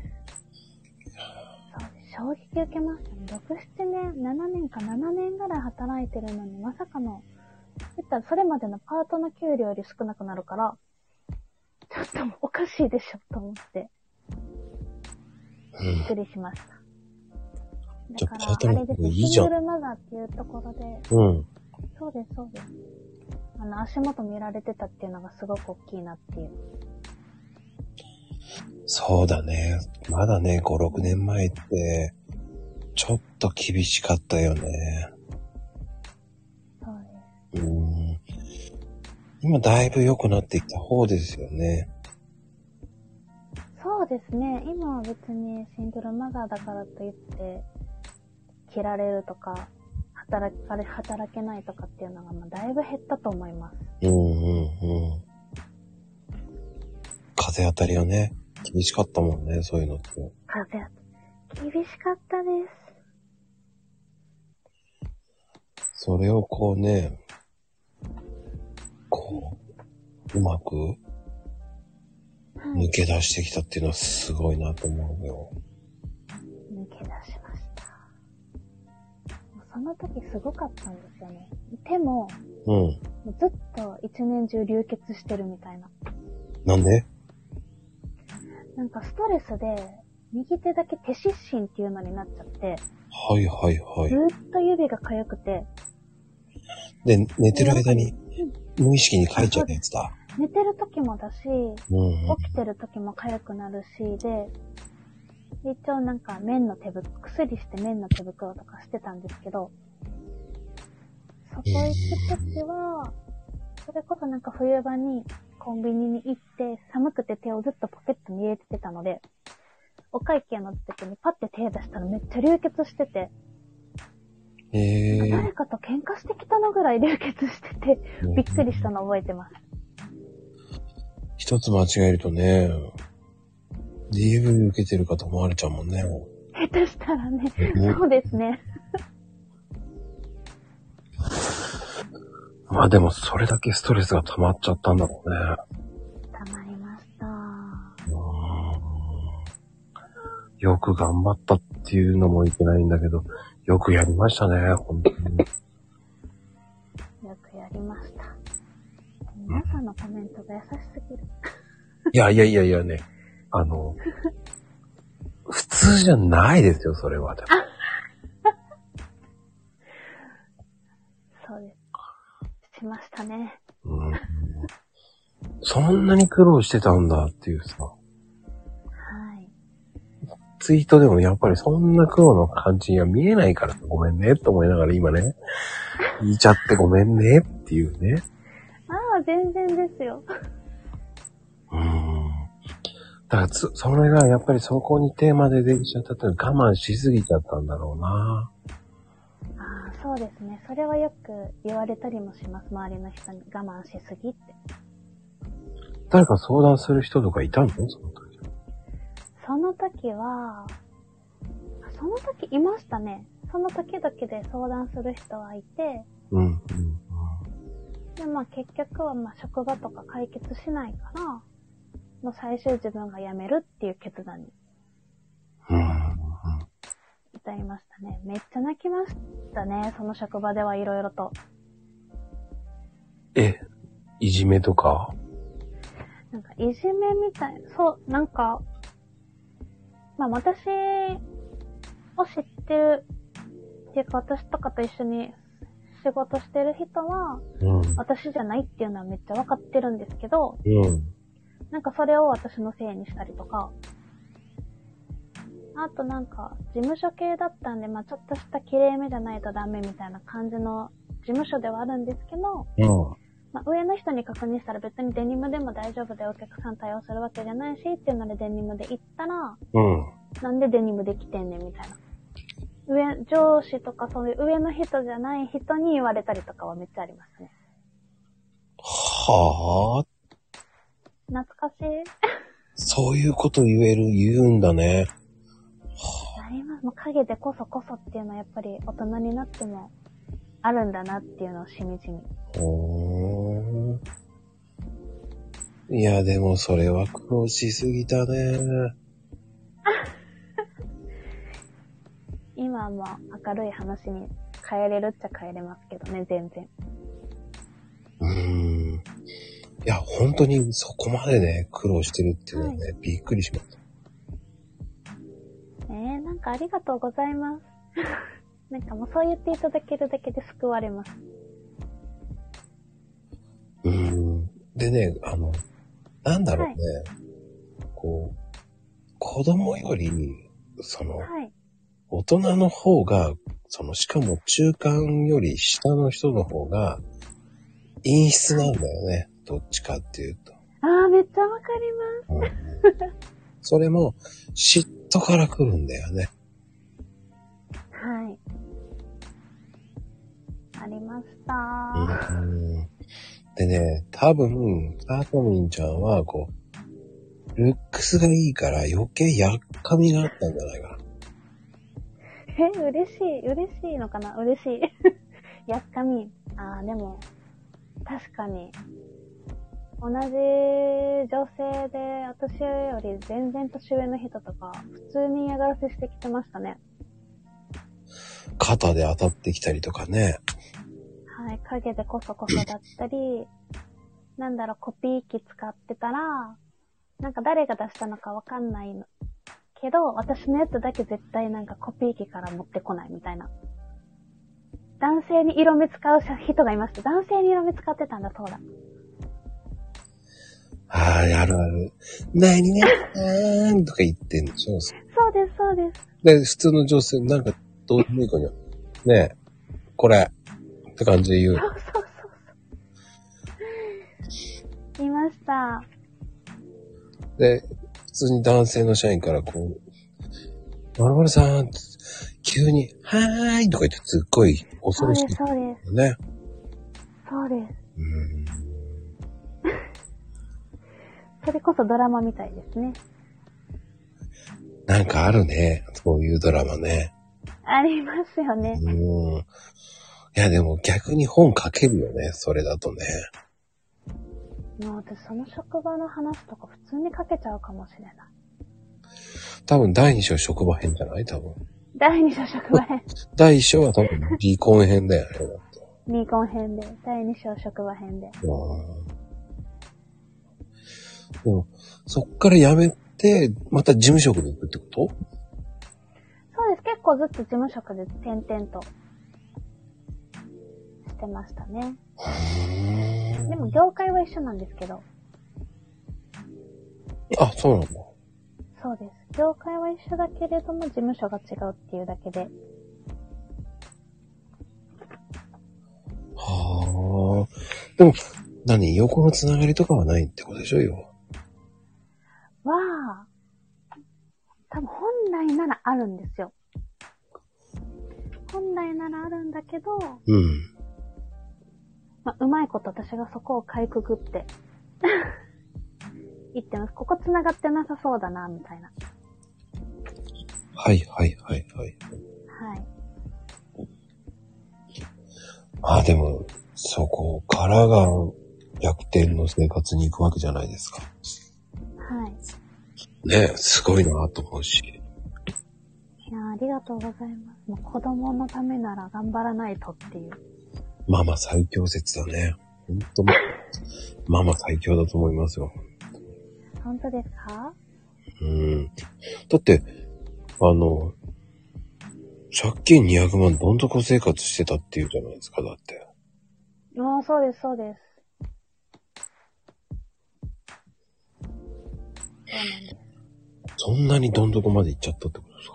そう、衝撃受けましたね。6、7年、7年か7年ぐらい働いてるのに、まさかの言ったらそれまでのパートの給料より少なくなるから、ちょっともうおかしいでしょと思って、びっくりしました。
じゃ
だ
あ
か
パートの
ら、あれです
方がい
ね、
いじ
シ
ゃん
ングルマザーっていうところで、
うん。
そうです、そうです。あの、足元見られてたっていうのがすごく大きいなっていう。
そうだね。まだね、5、6年前って、ちょっと厳しかったよね。
そうで
うん。今だいぶ良くなってきた方ですよね。
す。そうですね、今は別にシングルマザーだからといって、切られるとか、働かれ、働けないとかっていうのが、まあ、だいぶ減ったと思いま
う
す。
んうんうん。風当たりはね、厳しかったもんね、そういうのって。
風当厳しかったです。
それをこうね、こう、うまく
はい
抜。け出してきたっていうのはすごいなと思うよ。
抜け出しました。もうその時すごかったんですよね。手も、
うん。
もうずっと一年中流血してるみたいな。
なんで
なんかストレスで、右手だけ手失神っていうのになっちゃって、
はいはいは
ず
い。
ーっと指が痒くて、
で、寝てる間に無意識に書いちゃうやつだ。
寝てる時もだし、
うんうん。
起きてる時も痒くなるし、で、一応なんか面の手袋、薬して面の手袋とかしてたんですけど、外行く時は、それこそなんか冬場にコンビニに行って、寒くて手をずっとポケットに入れてたので、お会計の時にパッて手出したらめっちゃ流血してて、
えー、
誰かと喧嘩してきたのぐらい流血してて、びっくりしたの覚えてます。
一つ間違えるとね、DV 受けてるかと思われちゃうもんね。
下手したらね、
うん
そうですね。
まあでもそれだけストレスが溜まっちゃったんだろうね。
たまりました。
うんよく頑張ったっていうのもいけないんだけど、よくやりましたね、本当に。
よくやりました。皆さんのコメントが優しすぎる。
いやいやいやいやね、あの、普通じゃないですよ、それは。でも
そうです。しましたね。
うん、そんなに苦労してたんだっていうさ、
はい。
ツイートでもやっぱりそんな苦労の感じには見えないから、ごめんねと思いながら今ね、言いちゃってごめんねっていうね。
ああ、全然ですよ。
うんだからつ、それがやっぱりそこにテーマでできちゃったっていうか我慢しすぎちゃったんだろうな。
ああ、そうですね。それはよく言われたりもします。周りの人に我慢しすぎって。
誰か相談する人とかいたのその時。
その時は、あその時いましたね。その時々で相談する人はいて、
うん、うん、
で、まあ結局はまあ職場とか解決しないから、もう最終自分が辞めるっていう決断に
うん。うん
至りましたね。めっちゃ泣きましたね。その職場ではいろいろと。
え、いじめとか
なんかいじめみたい。そう、なんか、まあ私を知ってる、っていうか私とかと一緒に仕事してる人は、
うん。
私じゃないっていうのはめっちゃわかってるんですけど、
うん。
なんかそれを私のせいにしたりとか、あとなんか、事務所系だったんで、まあちょっとした綺麗めじゃないとダメみたいな感じの事務所ではあるんですけど、
うん。
まあ上の人に確認したら別にデニムでも大丈夫でお客さん対応するわけじゃないしっていうのでデニムで行ったら、
うん。
なんでデニムできてんねんみたいな。上、上司とかそういう上の人じゃない人に言われたりとかはめっちゃありますね。
はあ、
懐かしい。
そういうこと言える、言うんだね。
あります。もう影でこそこそっていうのはやっぱり大人になってもあるんだなっていうのをしみじみ。
ほーん。いや、でもそれは苦労しすぎたね。
今はもう明るい話に変えれるっちゃ変えれますけどね、全然。
うーん。いや、本当にそこまでね、苦労してるっていうのはね、びっくりしました。
えー、なんかありがとうございます。 なんかもうそう言っていただけるだけで救われます。
うーん。でね、あの、なんだろうね、こう、子供より、その、
はい。
大人の方が、その、しかも中間より下の人の方が、陰湿なんだよね。どっちかっていうと。
あー、めっちゃわかりま
うんそれも、嫉妬から来るんだよね。
す。はい。ありました
うんでね、多分、サートミンちゃんは、こう、ルックスがいいから余計やっかみがあったんじゃないかな。
え、嬉しい、嬉しいのかな嬉しい。 やっかみ。あー、でも、確かに。同じ女性で、私より全然年上の人とか、普通に嫌がらせしてきてましたね。
肩で当たってきたりとかね。
はい、影でこそこそだったり、なんだろう、コピー機使ってたら、なんか誰が出したのかわかんないの。けど、私のやつだけ絶対なんかコピー機から持ってこないみたいな。男性に色目使う人がいました。男性に色目使ってたんだそうだ。
はい、あるある。何々さんとか言ってんでしょ。
そうです、そうです。
で、普通の女性、なんか、どうでもいい子には、ねえ、これ、って感じで言う。
そうそうそうそう。いました。
で、普通に男性の社員からこう、〇〇さんって、急に、はーいとか言ってすっごい恐
そう
ろ
で
し
す
い、
そうです。
よね。
そうです。
うん。
それこそドラマみたいですね。
なんかあるね。そういうドラマね。
ありますよね。
うん。いや、でも逆に本書けるよね。それだとね。
もう私その職場の話とか普通にかけちゃうかもしれない。
多分第2章職場編じゃない多分。
第2章職場編。
第1章は多分離婚編だよね。だって
ミーコン編で、第2章職場編で。
うんでも、そっから辞めて、また事務職に行くってこと
そうです。結構ずっと事務職で転々としてましたね。でも業界は一緒なんですけど。
あ、そうなんだ。
そうです。業界は一緒だけれども事務所が違うっていうだけで。
はあ。でも、何横のつながりとかはないってことでしょよ。
わあ。多分本来ならあるんですよ。本来ならあるんだけど、
うん。
まあ、うまいこと私がそこをかいくぐって、言ってます。ここ繋がってなさそうだな、みたいな。
はいはいはいはい。
はい。
あ、でも、そこからが逆転の生活に行くわけじゃないですか。
はい。
ねえすごいなと思うし。
いやーありがとうございます。もう子供のためなら頑張らないとっていう。
ママ最強説だね。ほんともう、ママ最強だと思いますよ。
本当ですか
うん。だって、あの、借金200万どん底生活してたっていうじゃないですか、だって。
もうそうです、そうです。そうなんです。
そんなにどん底まで行っちゃったってことですか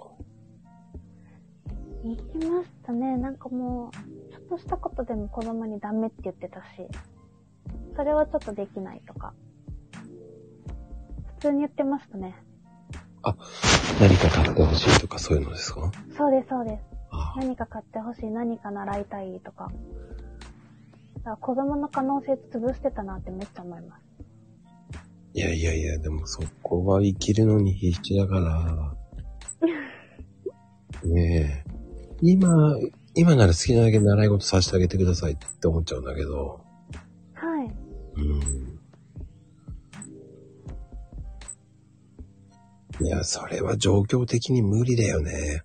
行きましたね。なんかもう、ちょっとしたことでも子供にダメって言ってたし、それはちょっとできないとか。普通に言ってましたね。
何か買ってほしいとかそういうのですか
そうです、そうです。
あ
何か買ってほしい、何か習いたいとか。だから子供の可能性潰してたなってめっちゃ思います。
いやいやいや、でもそこは生きるのに必死だから、ねえ、今、今なら好きなだけ習い事させてあげてくださいって思っちゃうんだけど、
はい。
うん。いや、それは状況的に無理だよね。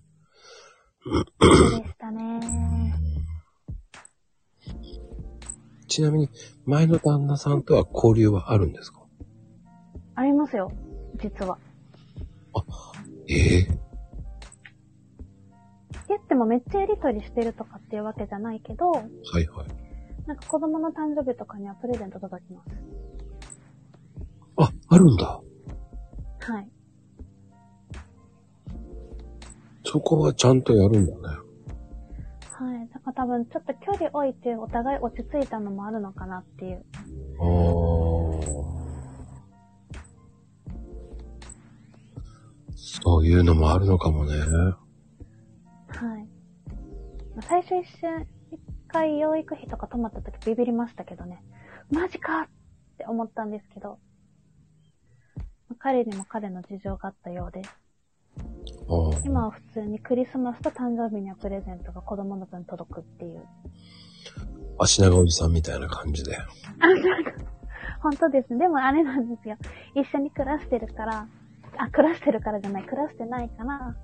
そうでしたね。
ちなみに、前の旦那さんとは交流はあるんですか
ありますよ、実は。
ええ
言ってもめっちゃやりとりしてるとかっていうわけじゃないけど、
はいはい。
なんか子供の誕生日とかにはプレゼント届きます。
あ、あるんだ。
はい。
そこはちゃんとやるんだね。
はい。だから多分ちょっと距離置いてお互い落ち着いたのもあるのかなっていう。
ああ。そういうのもあるのかもね。
はい。まあ最初一瞬、一回養育費とか泊まった時ビビりましたけどね。マジかって思ったんですけど。まあ彼にも彼の事情があったようで。
ああ。
今は普通にクリスマスと誕生日にはプレゼントが子供の分届くっていう。
足長おじさんみたいな感じで。
本当ですね。でもあれなんですよ。一緒に暮らしてるから、あ、暮らしてるからじゃない、暮らしてないから、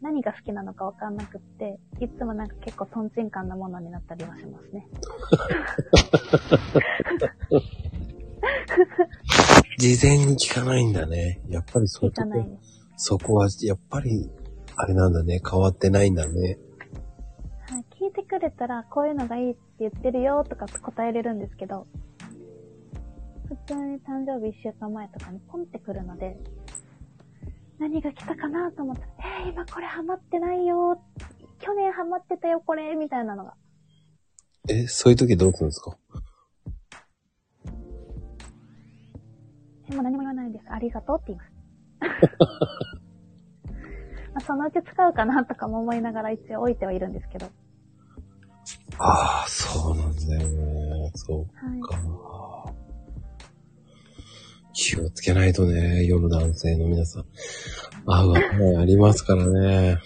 何が好きなのかわかんなくって、いつもなんか結構トンチンカンなものになったりはしますね。
事前に聞かないんだね。やっぱりそういう
聞
と
か
こ
ないです。
そこは、やっぱり、あれなんだね。変わってないんだね。
はい、聞いてくれたら、こういうのがいいって言ってるよとかって答えれるんですけど、普通に誕生日一週間前とかにポンってくるので、何が来たかなと思ったら、えー、今これハマってないよ去年ハマってたよこれみたいなのが。
え、そういう時どうするんですか
でも何も言わないんです。ありがとうって言います。まあそのうち使うかなとかも思いながら一応置いてはいるんですけど。は
ああ、そうなんだよね。そう
い。
か。気をつけないとね、世の男性の皆さん。合う合わないありますからね。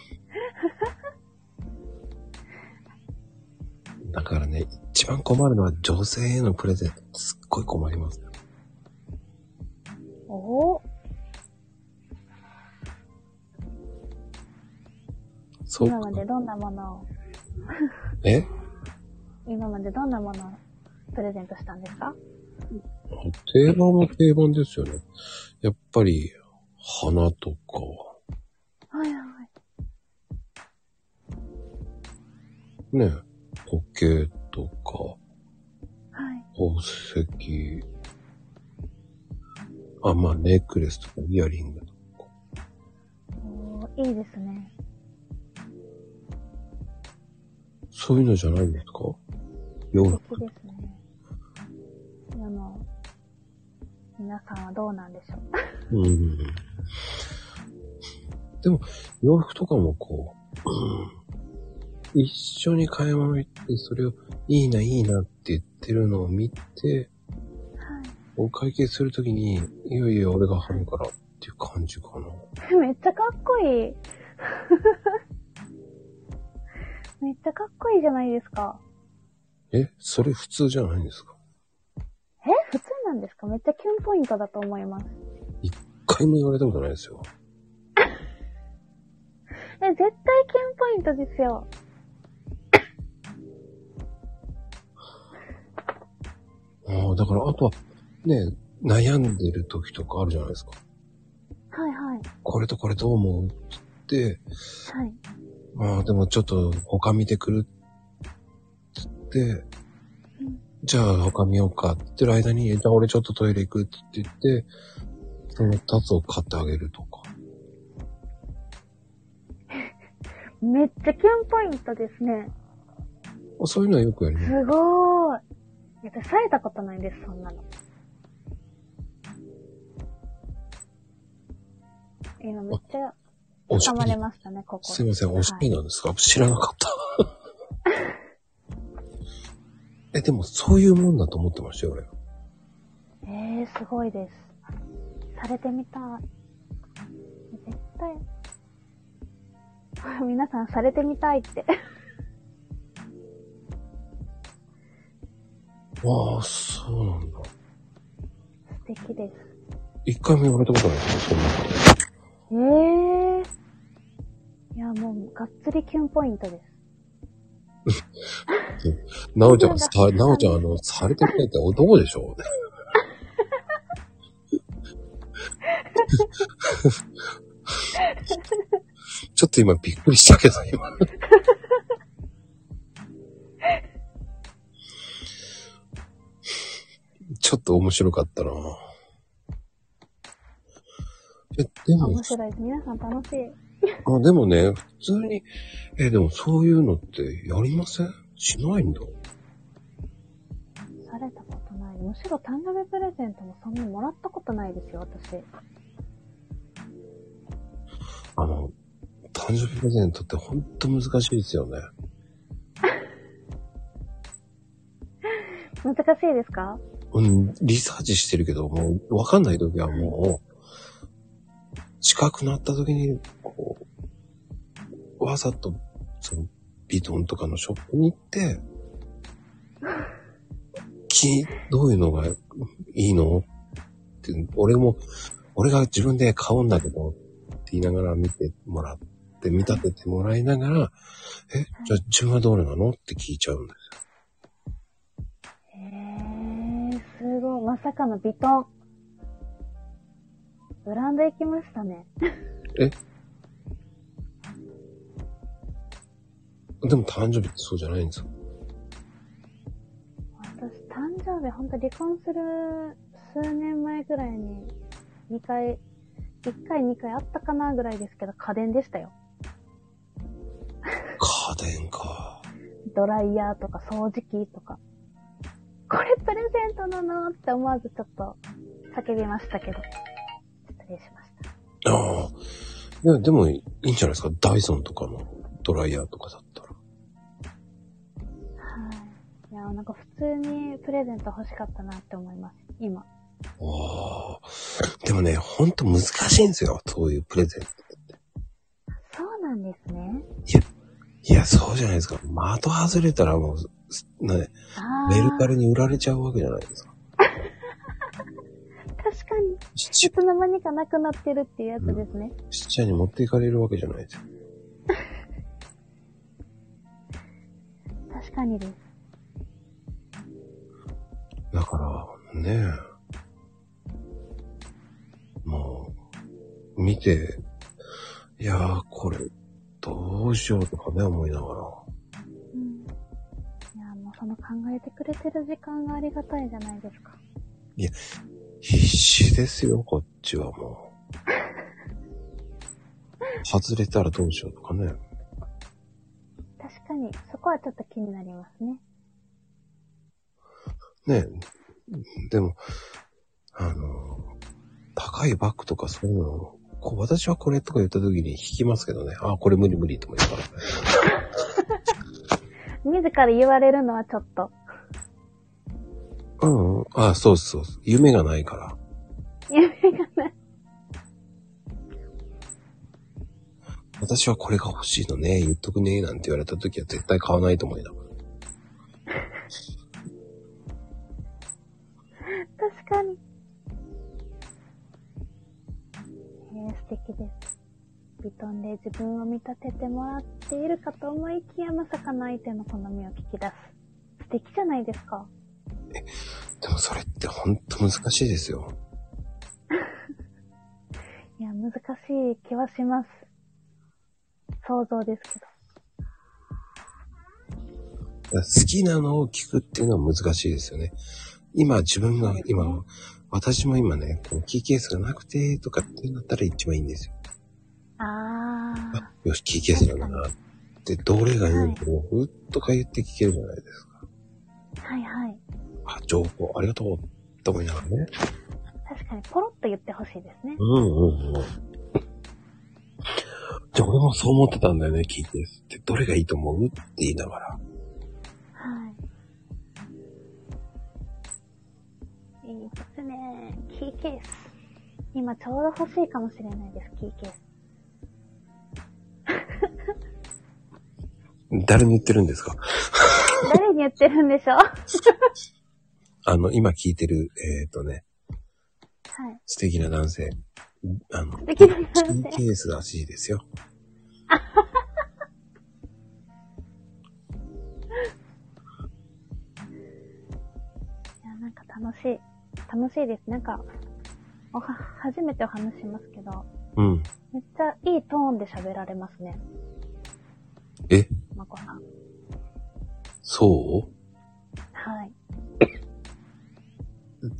だからね、一番困るのは女性へのプレゼント。すっごい困ります。
おお
そう
今
か
ま。でどんなものを、
え
今までどんなものをプレゼントしたんですか
定番は定番ですよね。やっぱり、花とか、
はいはい。
ね、時計とか、
はい。
宝石、あ、まあ、ネックレスとか、イヤリングとか。
おーいいですね。
そういうのじゃないんですか洋
素
服。
敵ですね。でも、皆さんはどうなんでしょう。
うん。でも、洋服とかもこう、うん一緒に買い物行って、それを、いいな、いいなって言ってるのを見て、
は
お会計するときに、いよいよ俺が払うからっていう感じかな。
い。 めっちゃかっこいい。めっちゃかっこいいじゃないですか。
え、それ普通じゃないんですか
え普通なんですかめっちゃキュンポイントだと思います。
一回も言われたことないですよ。
え、絶対キュンポイントですよ。
ああ、だからあとは、ね、悩んでる時とかあるじゃないですか。
はいはい。
これとこれどう思うって、
はい。
まあでもちょっと他見てくるって言って、
うん
じゃあ他見ようかって言ってる間に、じゃあ俺ちょっとトイレ行くって言って、そのタツを買ってあげるとか。
めっちゃキュンポイントですね。
そういうのはよくやります
す。ごーい。いや、私冴えたことないです、そんなの。今めっちゃ
おし
掴ま
り
れましたね、ここ。
すいません、おし
は
り
い
なんですか、知らなかった。 え、でもそういうもんだと思ってましたよ、俺。
えー、すごいです。されてみたい。絶対。皆さん、されてみたいって。
ああ、そうなんだ。
素敵です。
一回も言われたことないですよ、そんなこと。
ええいや、もう、がっつりキュンポイントです。
って、なおちゃん、さ、なおちゃん、あの、されてないって男でしょ ちょっと今びっくりしたけど、今。ちょっと面白かったなえ、でも
面、白い。皆さん楽しい。
あ、でもね、普通に、え、でもそういうのってやりませんしないんだ。
されたことない。むしろ誕生日プレゼントもそんなもらったことないですよ、私。
あの、誕生日プレゼントってほんと難しいですよね。
難しいですか
うん、リサーチしてるけど、もう、わかんない時はもう、近くなった時に、こう、わざと、その、ビトンとかのショップに行って、き、どういうのがいいのって、俺も、俺が自分で買うんだけど、って言いながら見てもらって、見立ててもらいながら、え、じゃあ自分はどれなのって聞いちゃうんだよ。
へー、すごい。まさかのビトン。ブランド行きましたね。
でも誕生日ってそうじゃないんですよ。
私、誕生日、ほんと離婚する数年前ぐらいに、2回、1回2回あったかなぐらいですけど、家電でしたよ。
家電か。
ドライヤーとか掃除機とか。これプレゼントなのって思わずちょっと叫びましたけど。失礼しました。
ああ。いや、でもいいんじゃないですか。ダイソンとかのドライヤーとかだったら。
はい。いや、なんか普通にプレゼント欲しかったなって思います。今。
ああ。でもね、ほんと難しいんですよ。そういうプレゼントって。
そうなんですね。
いや、そうじゃないですか。的外れたらもう、すね、
あ
メルカ
リ。
リに売られちゃうわけじゃないですか。
確かに。
し
いつの間にかなくなってるっていうやつですね。
ちっちゃいに持っていかれるわけじゃないですよ。
確かにです。
だから、ねえ。もう、見て、いやー、これ、どうしようとかね、思いながら。
うん。いや、もうその考えてくれてる時間がありがたいじゃないですか。
必死ですよ、こっちはもう。外れたらどうしようとかね。
確かに、そこはちょっと気になりますね。
ねえでも、あの、高いバッグとかそういうのを、こう、私はこれとか言った時に引きますけどね。あ、これ無理無理とか言ったら。
自ら言われるのはちょっと。
うん、うん。あ、そうそうそう。夢がないから。
夢がない。
私はこれが欲しいのね、言っとくね、なんて言われた時は絶対買わないと思いながら。
確かに。えー、素敵です。ビトンで自分を見立ててもらっているかと思いきや、まさかの相手の好みを聞き出す。素敵じゃないですか。
でもそれってほんと難しいですよ。
いや、難しい気はします。想像ですけど。
好きなのを聞くっていうのは難しいですよね。今自分が今、私も今ね、このキーケースがなくてとかってなったら一番いいんですよ。
あー
あ、よし、キーケースなんだなって、どれがいいのうとか言って聞けるじゃないですか。
はいはい。
あ、情報ありがとうって思いながらね。
確かに、ポロッと言ってほしいですね。
うんうんうん。じゃあ俺もそう思ってたんだよね、キーケースって。どれがいいと思うって言いながら。
はい。いいですね。キーケース。今ちょうど欲しいかもしれないです、キーケース。
誰に言ってるんですか
誰に言ってるんでしょうは
あの、今聞いてる、えっ、とね、素敵な男性。あの
い。、できない
キ
なん
ー
て
ケースらしいですよ。
しい、楽しいです。なんか、おは、初めてお話しますけど、
うん。
めっちゃいいトーンで喋られますね。
え
まこさん。
そ
はい。
う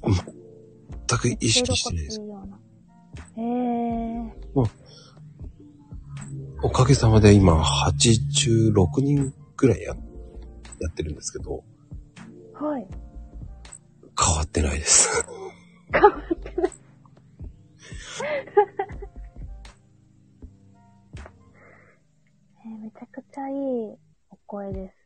全く意識してないです。
心地いいような。え
おかげさまで今、86人くらいや、やってるんですけど、
ー、はい。
変わってないです。
変わってない。えーめちゃくちゃいいお声です。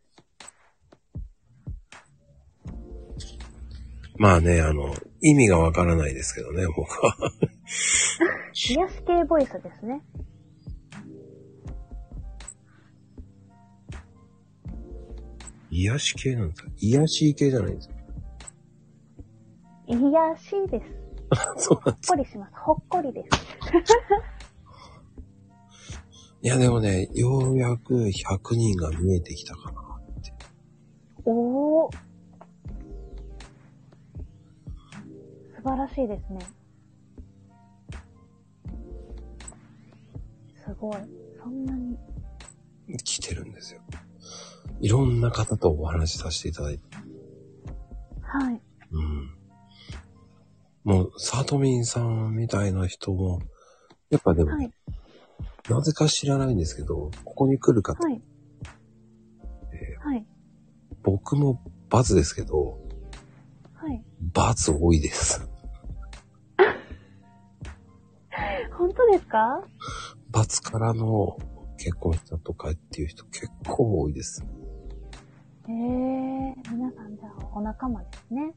まあね、あの、意味がわからないですけどね、僕は。
癒し系ボイスですね。
癒し系なんですか癒し系じゃないんですか
癒しです。
そうなんです
ほっこりします。ほっこりです。
いや、でもね、ようやく100人が見えてきたかな。
おお。素晴らしいですね。すごい。そんなに。
来てるんですよ。いろんな方とお話しさせていただいて。
はい。
うん。もう、サトミンさんみたいな人も、やっぱでも、
はい。
なぜか知らないんですけど、ここに来る方、
はい。はい。
僕も罰ですけど、
はい。
罰多いです。
本当ですか
罰からの結婚したとかっていう人結構多いです。
ええー、皆さんじゃあお仲間ですね。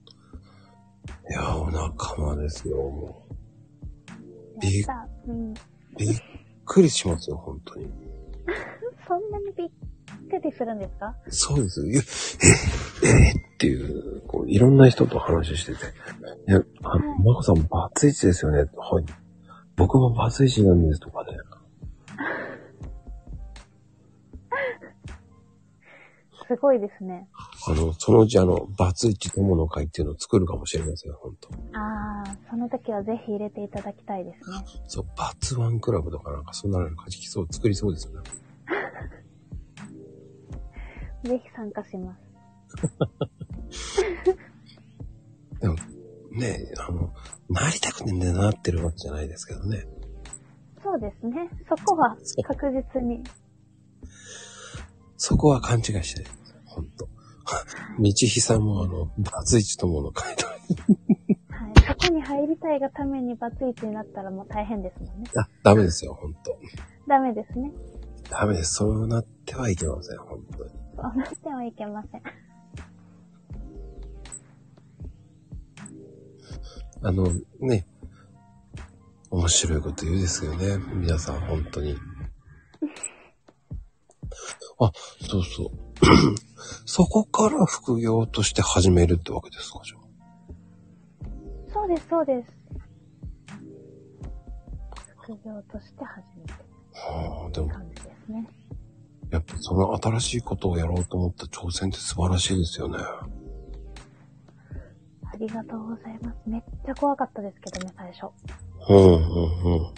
いやー、お仲間ですよ、も
やった。うん。
う。びっくりしますよ、本当に。
そんなにびっくりするんですか
そうです。いやえ、えっていう、こう、いろんな人と話してて。いや、あ
は
の、
い
マコさんバツイチですよね。はい。僕もバツイチなんですとかね。
すごいですね。
あの、そのうちあの、バツイチ友の会っていうのを作るかもしれませんよ、本当
ああ、その時はぜひ入れていただきたいですね。
そう、バツワンクラブとかなんかそんなの勝ちそう、作りそうですよね。
ぜひ参加します。
でも、ねえ、あの、なりたくてね、なってるわけじゃないですけどね。
そうですね。そこは確実に。
そこは勘違いしてない。ほんと。道ひさんもあの、バツイチ友の会とか
はい。そこに入りたいがためにバツイチになったらもう大変ですもんね。
あ、ダメですよ、ほんと。
ダメですね。
ダメです。そうなってはいけません、本当に。
そうなってはいけません。
あの、ね、面白いこと言うですよね。皆さん、本当に。あ、そうそう。 そこから副業として始めるってわけですか、じゃあ。
そうです、そうです。副業として始めて
はあ、でも
る、感じですね。
やっぱその新しいことをやろうと思った挑戦って素晴らしいですよね。
ありがとうございます。めっちゃ怖かったですけどね、最初。
うん、うん、うん。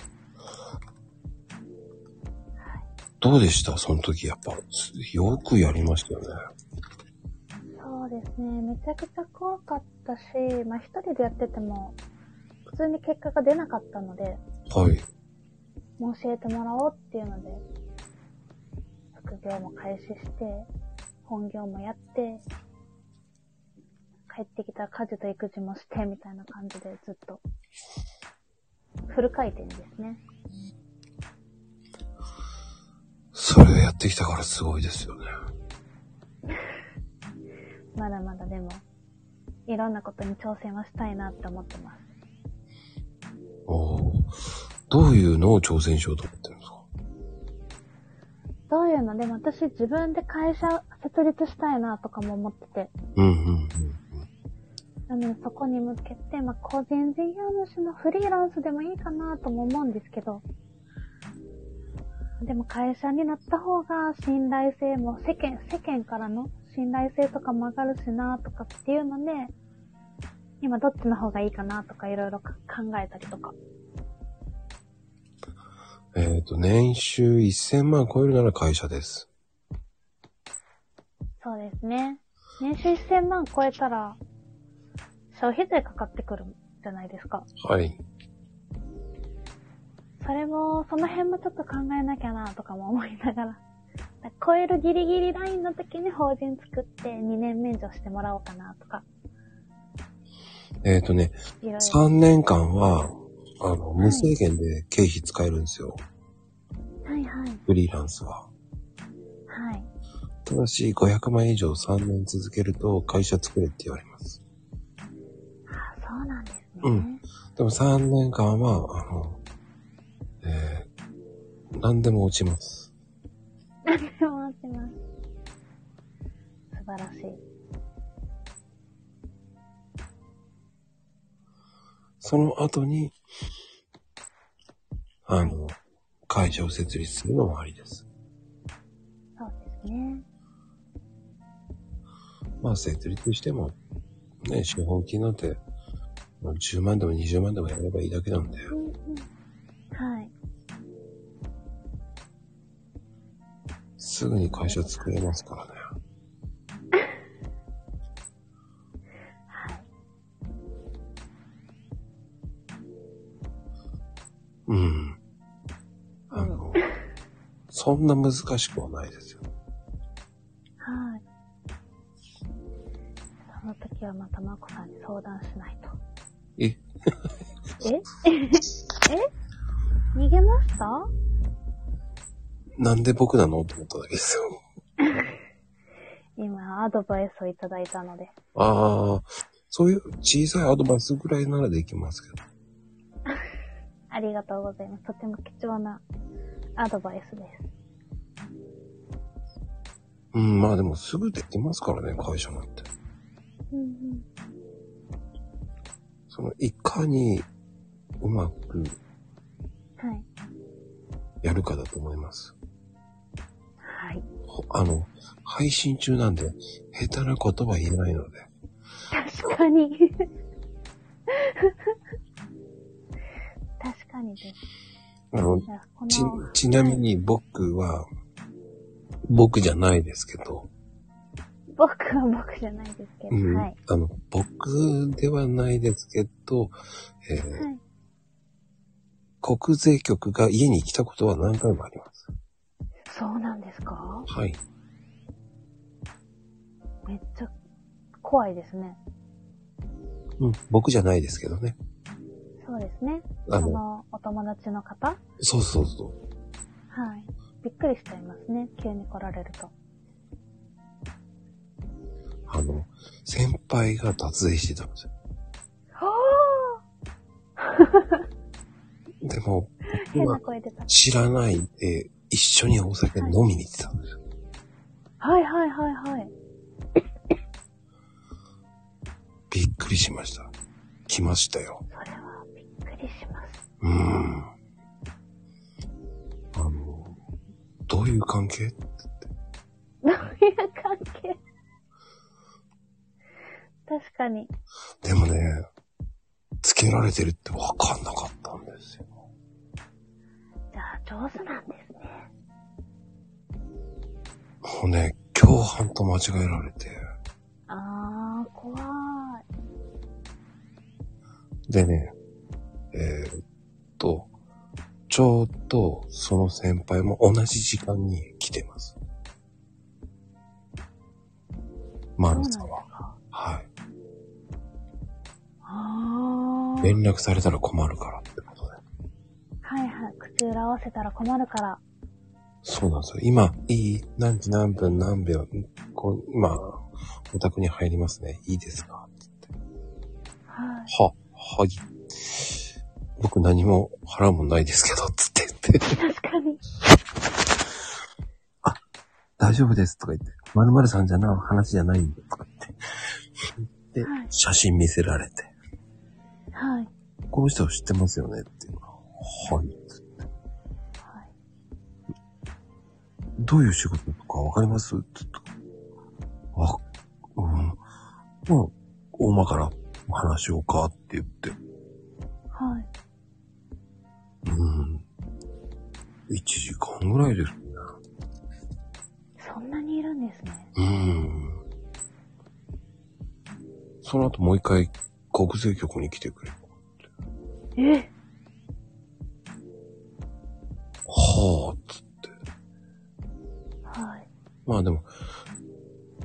どうでしたその時、やっぱ、すよくやりましたよね。
そうですね。めちゃくちゃ怖かったし、まあ一人でやってても、普通に結果が出なかったので、
はい。
もう教えてもらおうっていうので、副業も開始して、本業もやって、帰ってきたら家事と育児もして、みたいな感じでずっと、フル回転ですね。
それをやってきたからすごいですよね。
まだまだでも、いろんなことに挑戦はしたいなって思ってます。
おーどういうのを挑戦しようと思ってるんですか
どういうのでも私自分で会社設立したいなとかも思ってて、
うんうんうん
なのでそこに向けて、まあ、個人事業主のフリーランスでもいいかなとも思うんですけど、でも会社になった方が信頼性も、世間、世間からの信頼性とかも上がるしなとかっていうので、今どっちの方がいいかなとかいろいろ考えたりとか。
えっ、と、年収1000万超えるなら会社です。
そうですね。年収1000万超えたら、消費税かかってくるじゃないですか。
はい。
それも、その辺もちょっと考えなきゃなとかも思いながら。超えるギリギリラインの時に法人作って2年免除してもらおうかなとか、
えっ、とね、
いろいろ。
3年間は、あの、無制限で経費使えるんですよ。
はいはい。
フリーランスは。
はい。
ただし、500万以上3年続けると会社作れって言われます。
あ、そうなんですね。
うん でも3年間は、あの、えー、何でも落ちます。
何でも合ってます。素晴らしい。
その後に、あの、会社を設立するのもありです。
そうですね。
まあ、設立しても、ね、資本金なんて、もう10万でも20万でもやればいいだけなんで。
うんうん。はい。
すぐに会社作れますからね。うん。あの、そんな難しくはないですよ。
はい。その時はまたまこさんに相談しないと。
え
ええ逃げました
なんで僕なのと思っただけですよ。
今、アドバイスをいただいたので。
ああ、そういう小さいアドバイスぐらいならできますけど。
ありがとうございます。とても貴重なアドバイスです。
うん、まあでもすぐできますからね、会社なんて。
うんうん。
その、いかにうまく
はい。
やるかだと思います。
はい。
ほあの、配信中なんで、下手なことは言えないので。
確かに。確かにです。
あの
じ、ゃあ、こ
ち
の、、
ちなみに僕は、僕じゃないですけど、
僕は僕じゃないですけど、
うん、
はい。
あの、僕ではないですけど、えー
はい。
国税局が家に来たことは何回もあります。
そうなんですか
はい。
めっちゃ怖いですね。
うん、僕じゃないですけどね。
そうですね。
あ
そ
の、
の、お友達の方はい。
そうそうそう。
びっくりしちゃいますね。急に来られると。
あの、先輩が脱税してたんですよ。
は
でも、
ぁ変
僕
な
は
声出た。
知らないで、一緒にお酒飲みに行ってたんですよ。
はいはいはいはい。
びっくりしました。来ましたよ。
それはびっくりします。
うーん。あの、どういう関係
どういう関係確かに。
でもね、つけられてるってわかんなかったんですよ。
じゃあ、上手なんですね。
もうね、共犯と間違えられて。
あー、怖い。
でね、えーっと、ちょうどその先輩も同じ時間に来てます。マ
そうな
ル
んです
サは。
か。
は
あ
い。
ー。
連絡されたら困るからってことで。
はいはい。口裏合わせたら困るから。
そうなんですよ。今、いい何時何分何秒、こう今、お宅に入りますね。いいですか
はい。
は、はい。僕何も払うもんないですけど、つって言って、
確かに。
大丈夫ですとか言って、〇〇さんじゃな、話じゃないんで、とか言って、
はい。
写真見せられて、
はい。
この人知ってますよねっていうのは、はい。
はい
どういう仕事とかわかりますって言ったら、わ、うん、まあ、大まから、お話をかって言って。
はい。
うん。1時間ぐらいです。
そんなにいるんですね。
うん。その後もう一回国税局に来てくれ。
え
はあ、つって。
はい。
まあでも、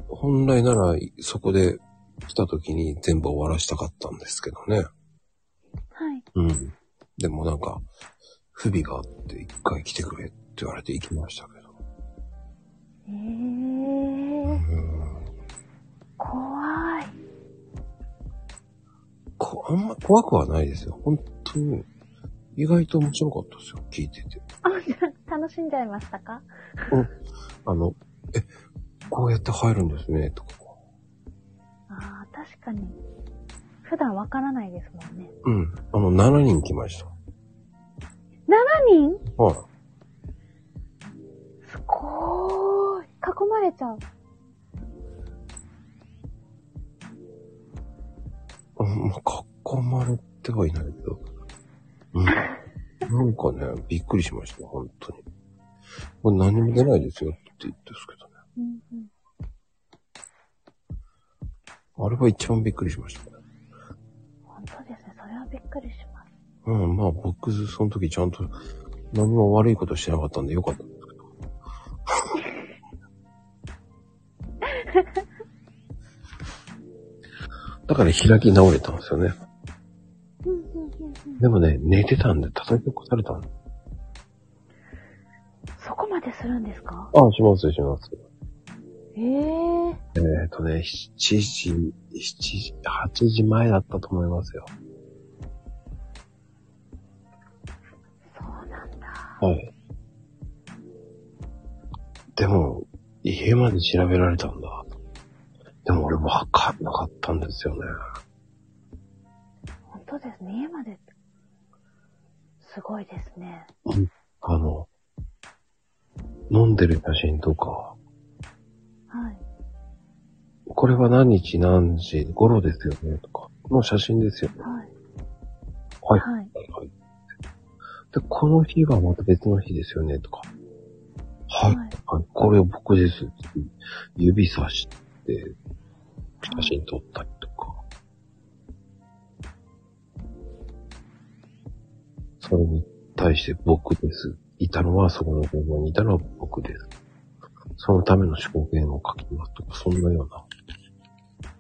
本来ならそこで来た時に全部終わらしたかったんですけどね。
はい。
うん。でもなんか、不備があって一回来てくれって言われて行きましたけど。
え
う
ー、
ん。
怖い。
こあんま怖くはないですよ。本当に。意外と面白かったですよ。聞いてて。
楽しんじゃいましたか
あの、え、こうやって入るんですね、とか。
ああ、確かに。普段わからないですもんね。
うん。あの、7人来ました。
何人
はい。
すごーい。囲まれちゃう。
うん、まあ、囲まれてはいないけど。うん。なんかね、びっくりしました、本当に。これ何も出ないですよって言ってですけどね。
うんうん。
あれは一番びっくりしましたね。
本当ですね。それはびっくりします。
うん、まあ僕、その時ちゃんと何も悪いことしてなかったんでよかったん ですけど。だから開き直れたんですよね。
うんうんうんうん。
でもね、寝てたんで叩き起こされたんで
そこまでするんですか
ああ、します、します。
ええー。
えっ、とね、7時、7時、8時前だったと思いますよ。
そうなんだ。
はい。でも、家まで調べられたんだ。でも俺わかんなかったんですよね。
本当ですね。家まで。すごいですね。
あの、飲んでる写真とか、
はい。
これは何日何時頃ですよねとか、の写真ですよね。
はい。
はい。
はい。
はい。で、この日はまた別の日ですよねとか。はい。
はい
はい、これ僕ですって指さして、写真撮ったりとか。それに対して僕です。いたのは、そこの現場にいたのは僕です。そのための証言を書きますとか、そんなような。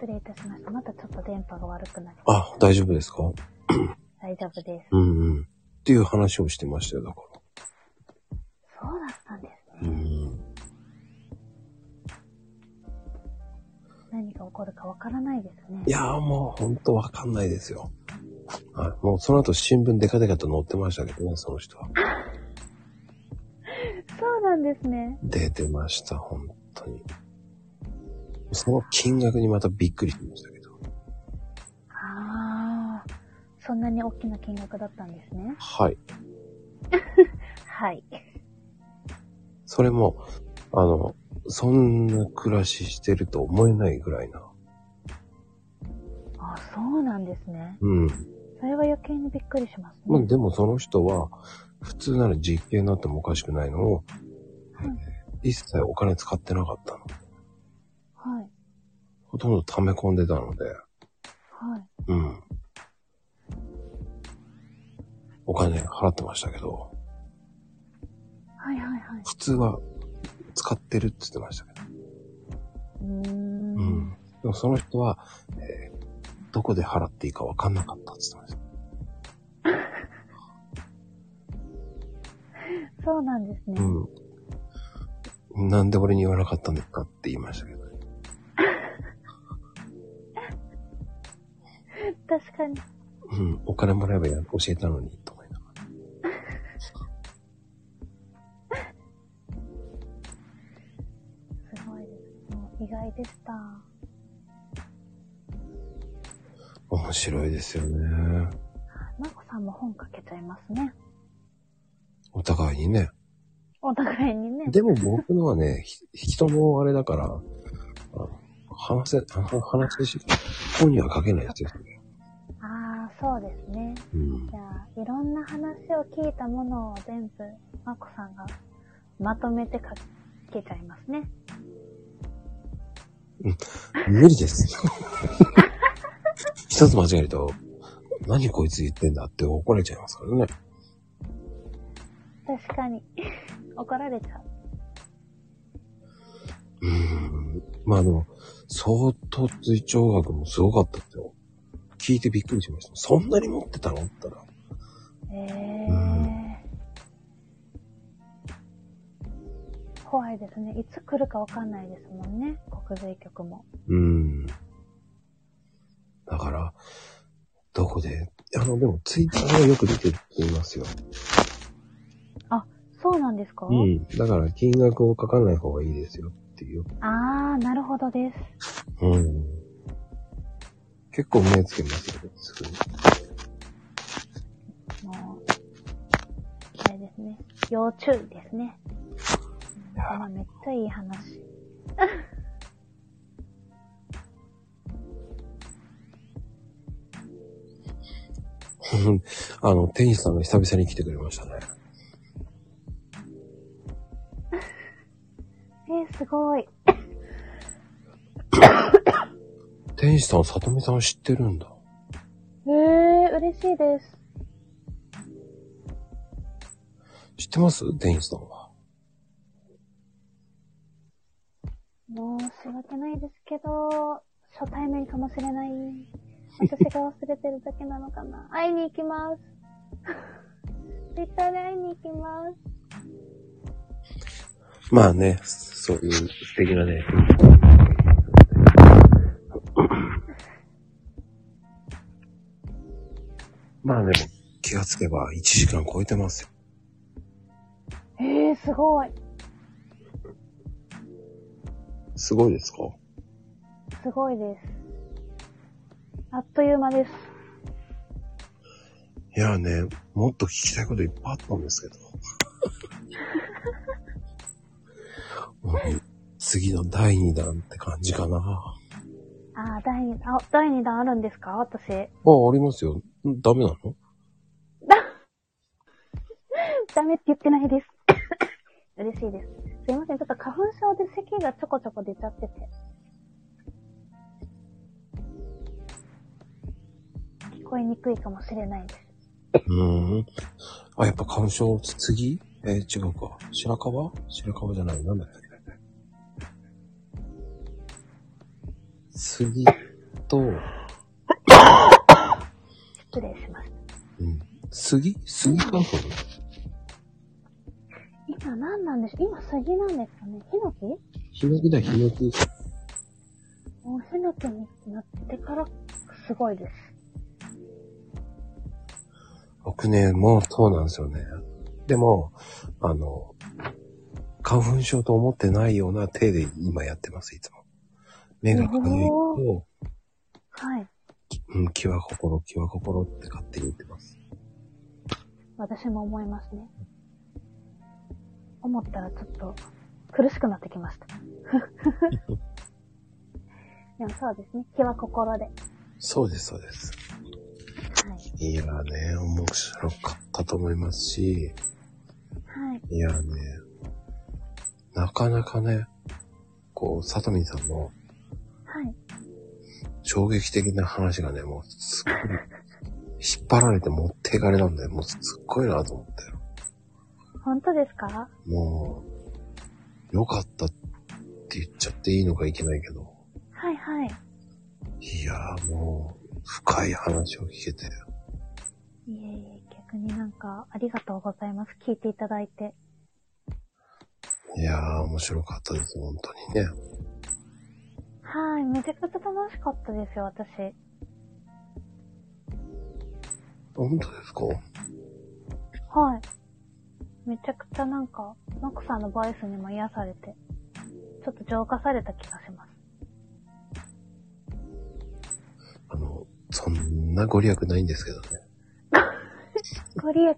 失礼いたしました。またちょっと電波が悪くなります。
あ、大丈夫ですか
大丈夫です。
うんうん。っていう話をしてましたよ、だか
そうだったんです
ら。
ね。
うん。
何が起こるかわからないですね。
いやーもうほんとわかんないですよ。はい。もうその後新聞デカデカと載ってましたけどね、その人は。
そうなんですね。
出てました、本当に。その金額にまたびっくりしましたけど。
ああ、そんなに大きな金額だったんですね。
はい。
はい。
それも、あの、そんな暮らししてると思えないぐらいな。
あそうなんですね。
うん。
それは余計にびっくりしますね。
まあ、でもその人は、普通なら実刑になってもおかしくないのを、
うん
一切お金使ってなかったの。
はい。
ほとんど溜め込んでたので、
はい。
うん。お金払ってましたけど、
はいはいはい。
普通は使ってるって言ってましたけど。
うーん。
うん。でもその人は、えーどこで払っていいか分かんなかったって言ってました。
そうなんですね。
うん。なんで俺に言わなかったんですかって言いましたけどね。
確かに。
うん。お金もらえばや教えたのに、と思いながら。
すごいです。もう意外でした。
面白いですよね。
まこさんも本書けちゃいますね。
お互いにね。
お互いにね。
でも僕のはね、ひ人のあれだから、あの話せ、は話し、本には書けないやつですね。
ああ、そうですね。
うん
じ。ゃあ、いろんな話を聞いたものを全部、まこさんがまとめて書けちゃいますね。
無理です。 一つ間違えると、何こいつ言ってんだって怒られちゃいますからね。
確かに。 怒られちゃ
う
う。
ーん。まあでも、相当追聴学もすごかったですよ。聞いてびっくりしました。そんなに持ってたのって言ったら、
ええ
うん
怖いですね。いつ来るかわかんないですもんね。国税局も。
うーん。だから、どこで、あの、でも、ツイッターはよく出てるって言いますよ。
そうなんですか、
うん。だから、金額を書かない方がいいですよっていう。
ああ、なるほどです。
うん。結構目つけますよ、すぐに。
もう、あれですね。要注意ですね。
や
今めっちゃいい話。
うんあの、テニスさんが久々に来てくれましたね。
えー、すごい。
テニスさん、さとみさん知ってるんだ。
ええー、嬉しいです。
知ってますテニスさんは。
申し訳ないですけど、初対面かもしれない。私が忘れてるだけなのか な。会いに行きます。Twitter で会いに行きます。
まあね、そういう素敵なね。まあでも、気がつけば1時間超えてますよ。
ええー、すごい。
すごいですか
すごいです。あっという間です。
いやね、もっと聞きたいこといっぱいあったんですけど。 もうね次の第2弾って感じかな。
ああ、第2弾、あ第2弾あるんですか私。
あ、ありますよ。んダメなの
ダメって言ってないです。 嬉しいです。すいません、ちょっと花粉症で咳がちょこちょこ出ちゃってて。聞こえにくいかもしれないです。
うーん。あ、やっぱ花粉症、つ次えー違うか。白樺白樺じゃない。なんだっけ。杉と、う
失礼しました。
ん。杉杉花粉
今何なんでしょう今杉なんですかねヒノキ
ヒノキだ、ヒノキ。
もうヒノキになってからすごいです。
僕ね、もうそうなんですよね。でも、あの、花粉症と思ってないような手で今やってます、いつも。目が輝いと、
はい。
うん、気は心、気は心って勝手に言ってます。
私も思いますね。思ったらちょっと苦しくなってきました。でもそうですね。気は心で。はい。
そうです、そうです。いやーね、面白かったと思いますし、
はい。
いやーね、なかなかね、こう、さとみんさんの
はい。
衝撃的な話がね、もうすっごい、引っ張られて持っていかれなんで、もうすっごいなと思ったよ。
本当ですか
もう、良かったって言っちゃっていいのかいけないけど、
はいはい。
いやーもう、深い話を聞けて、
いえいえ、逆になんかありがとうございます。聞いていただいて。
いやー面白かったです、本当にね。
はい。めちゃくちゃ楽しかったですよ、私。
本当ですか
はい。めちゃくちゃなんか、マコさんのボイスにも癒されて、ちょっと浄化された気がします。
あの、そんなご利益ないんですけどね。
ご利益。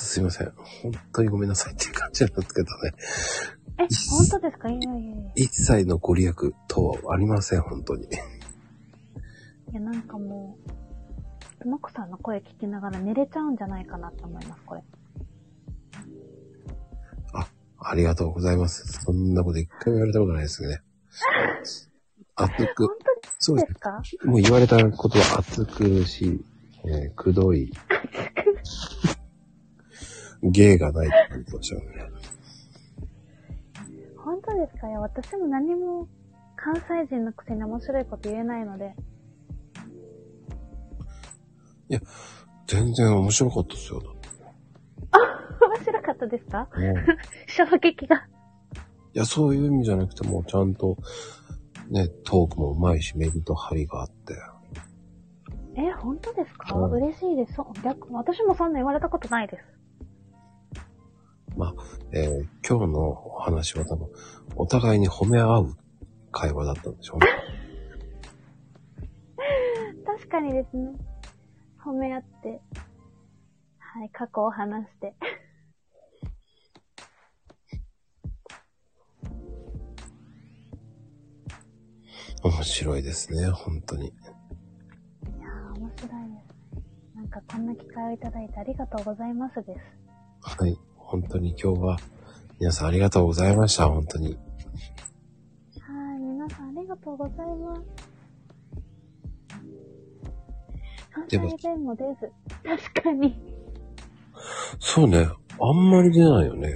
すいません。本当にごめんなさいっていう感じなんですけどね。
え、本当ですかいやいやいや。い
一切のご利益等はありません、本当に。
や、なんかもう、ともこさんの声聞きながら寝れちゃうんじゃないかなって思います、これ。
ありがとうございます。そんなこと一回も言われたことないですね。熱
本
く、そう
当
で
ですか
す。もう言われたことは熱くし、えーくどい。芸がないって言ってましたよね。
本当ですかいや、私も何も関西人のくせに面白いこと言えないので、
全然面白かったですよ。
面白かったですか
もう
衝撃が。
いや、そういう意味じゃなくても、ちゃんと、ね、トークも上手いし、メリと張りがあって。
え、本当ですか、
うん
嬉しいです。そう逆、私もそんな言われたことないです。
えー今日のお話は多分、お互いに褒め合う会話だったんでしょうね。
確かにですね。褒め合って、はい、過去を話して。
面白いですね、本当に。
いやー、面白いです。なんかこんな機会をいただいてありがとうございますです。
はい。本当に今日は、皆さんありがとうございました、本当に。
はい、皆さんありがとうございます。関
で
西
も
弁も出ず。確かに。
そうね、あんまり出ないよね。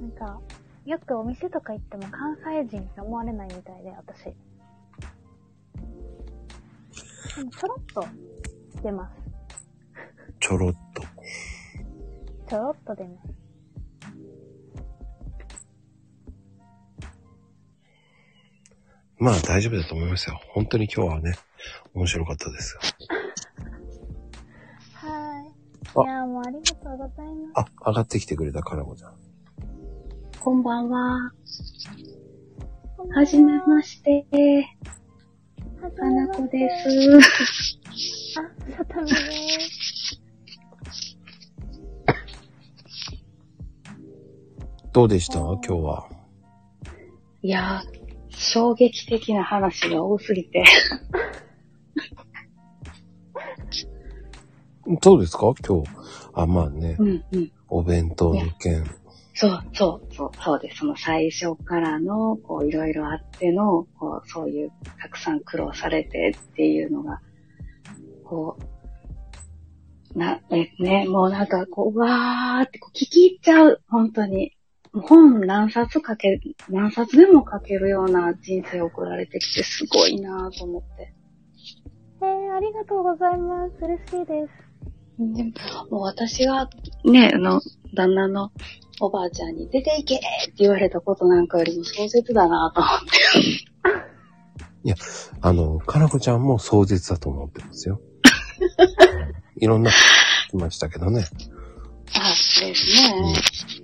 なんか、よくお店とか行っても関西人って思われないみたいで、私。でもちょろっと出ます。
ちょろっと。
ちょろっと出ます。
まあ大丈夫だと思いますよ。本当に今日はね、面白かったです。
はい。
あ
いやーもうありがとうございま
あ、上がってきてくれたかなこちゃん。
こんばんは。
す。
はじめまして。
はじ
か
め
な
まして。
こです。
あ、さとみです。
どうでした今日は。
いやー、衝撃的な話が多すぎて。
どうですか今日。あ、まあね、
うんうん。
お弁当の件。
そうそうそう、そうです。その最初からの、こういろいろあっての、こうそういう、たくさん苦労されてっていうのが、こう、な、え、ね、もうなんかこう、うわーってこう聞き入っちゃう。本当に。もう本何冊かけ、何冊でも書けるような人生を送られてきてすごいなーと思って。
えー、ありがとうございます。嬉しいです。
でも、もう私が、ね、あの、旦那のおばあちゃんに出ていけって言われたことなんかよりも壮絶だなと思って。
あの、かなこちゃんも壮絶だと思ってます よ。いろんな、来ましたけどね。
あ、そうですね。
うん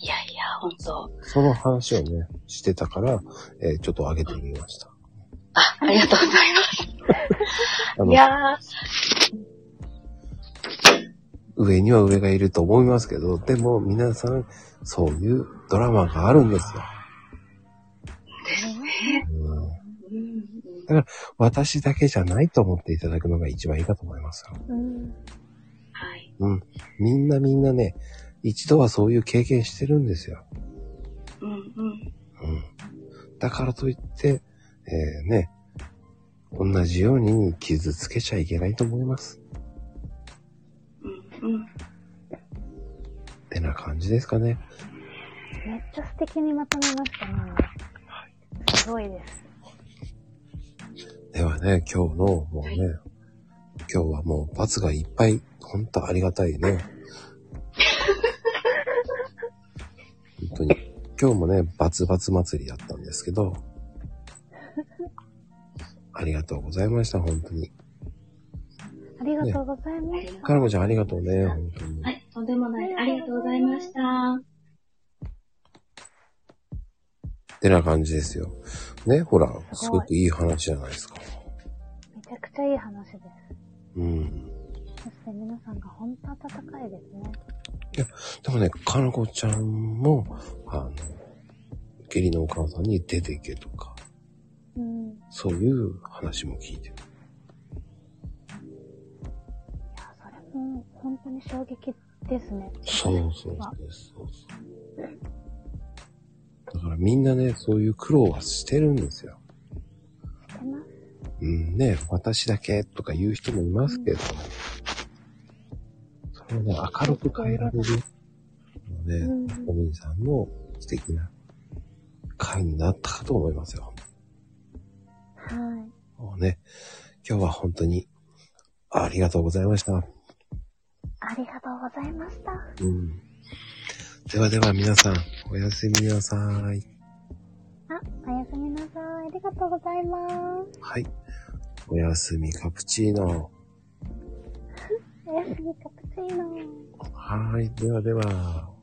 いやいや、ほんと。
その話をね、してたから、えーちょっと上げてみました。
あ、ありがとうございま
あ
す。
の
い、や
上には上がいると思いますけど、でも皆さん、そういうドラマがあるんですよ。うん
ー、うん、
私だけじゃないと思っていただくのが一番いいかと思いますよ。
うん。
はい。
みんなみんなね、一度はそういう経験してるんですよ。
うんうん。
うん。だからといって、えーね、同じように傷つけちゃいけないと思います。
うんうん。
ってな感じですかね。
めっちゃ素敵にまとめましたね。すごいです。
ではね、今日の、もうね、今日はもう罰がいっぱい、ほんとありがたいね。本当に。今日もね、罰罰祭りだったんですけど、ありがとうございました、本当に。
ありがとうございます。
かなこちゃんありがとうね、本当に。
はい、とんでもない。ありがとうございました。
てな感じですよ。ね、ほら、す
す
ご
ごい
くいい話じゃないですか。
めちゃくちゃいい話です。
ううん。
そして皆さんが本当温かいですね。
でもね、かなこちゃんも、あの、義理のお母さんに出ていけとか、
うん。い
そういう話も聞いてる。
や、それも本当に衝撃ですね。
そうそうそうそうそう。だからみんなね、そういう苦労はしてるんですよ。
してます。
うんね、私だけとか言う人もいますけど、それをね、明るく変えられる
う
のね、
ん。
おみさんの素敵な会になったかと思いますよ。
はい。
もうね、今日は本当にありがとうございました。
ありがとうございました。
うん、ではでは皆さん、おやすみなさい。
あ、おやすみなさい。ありがとうございます。
はい。おやすみカプチーノ。
おやすみカプチーノ。
はい。ではでは。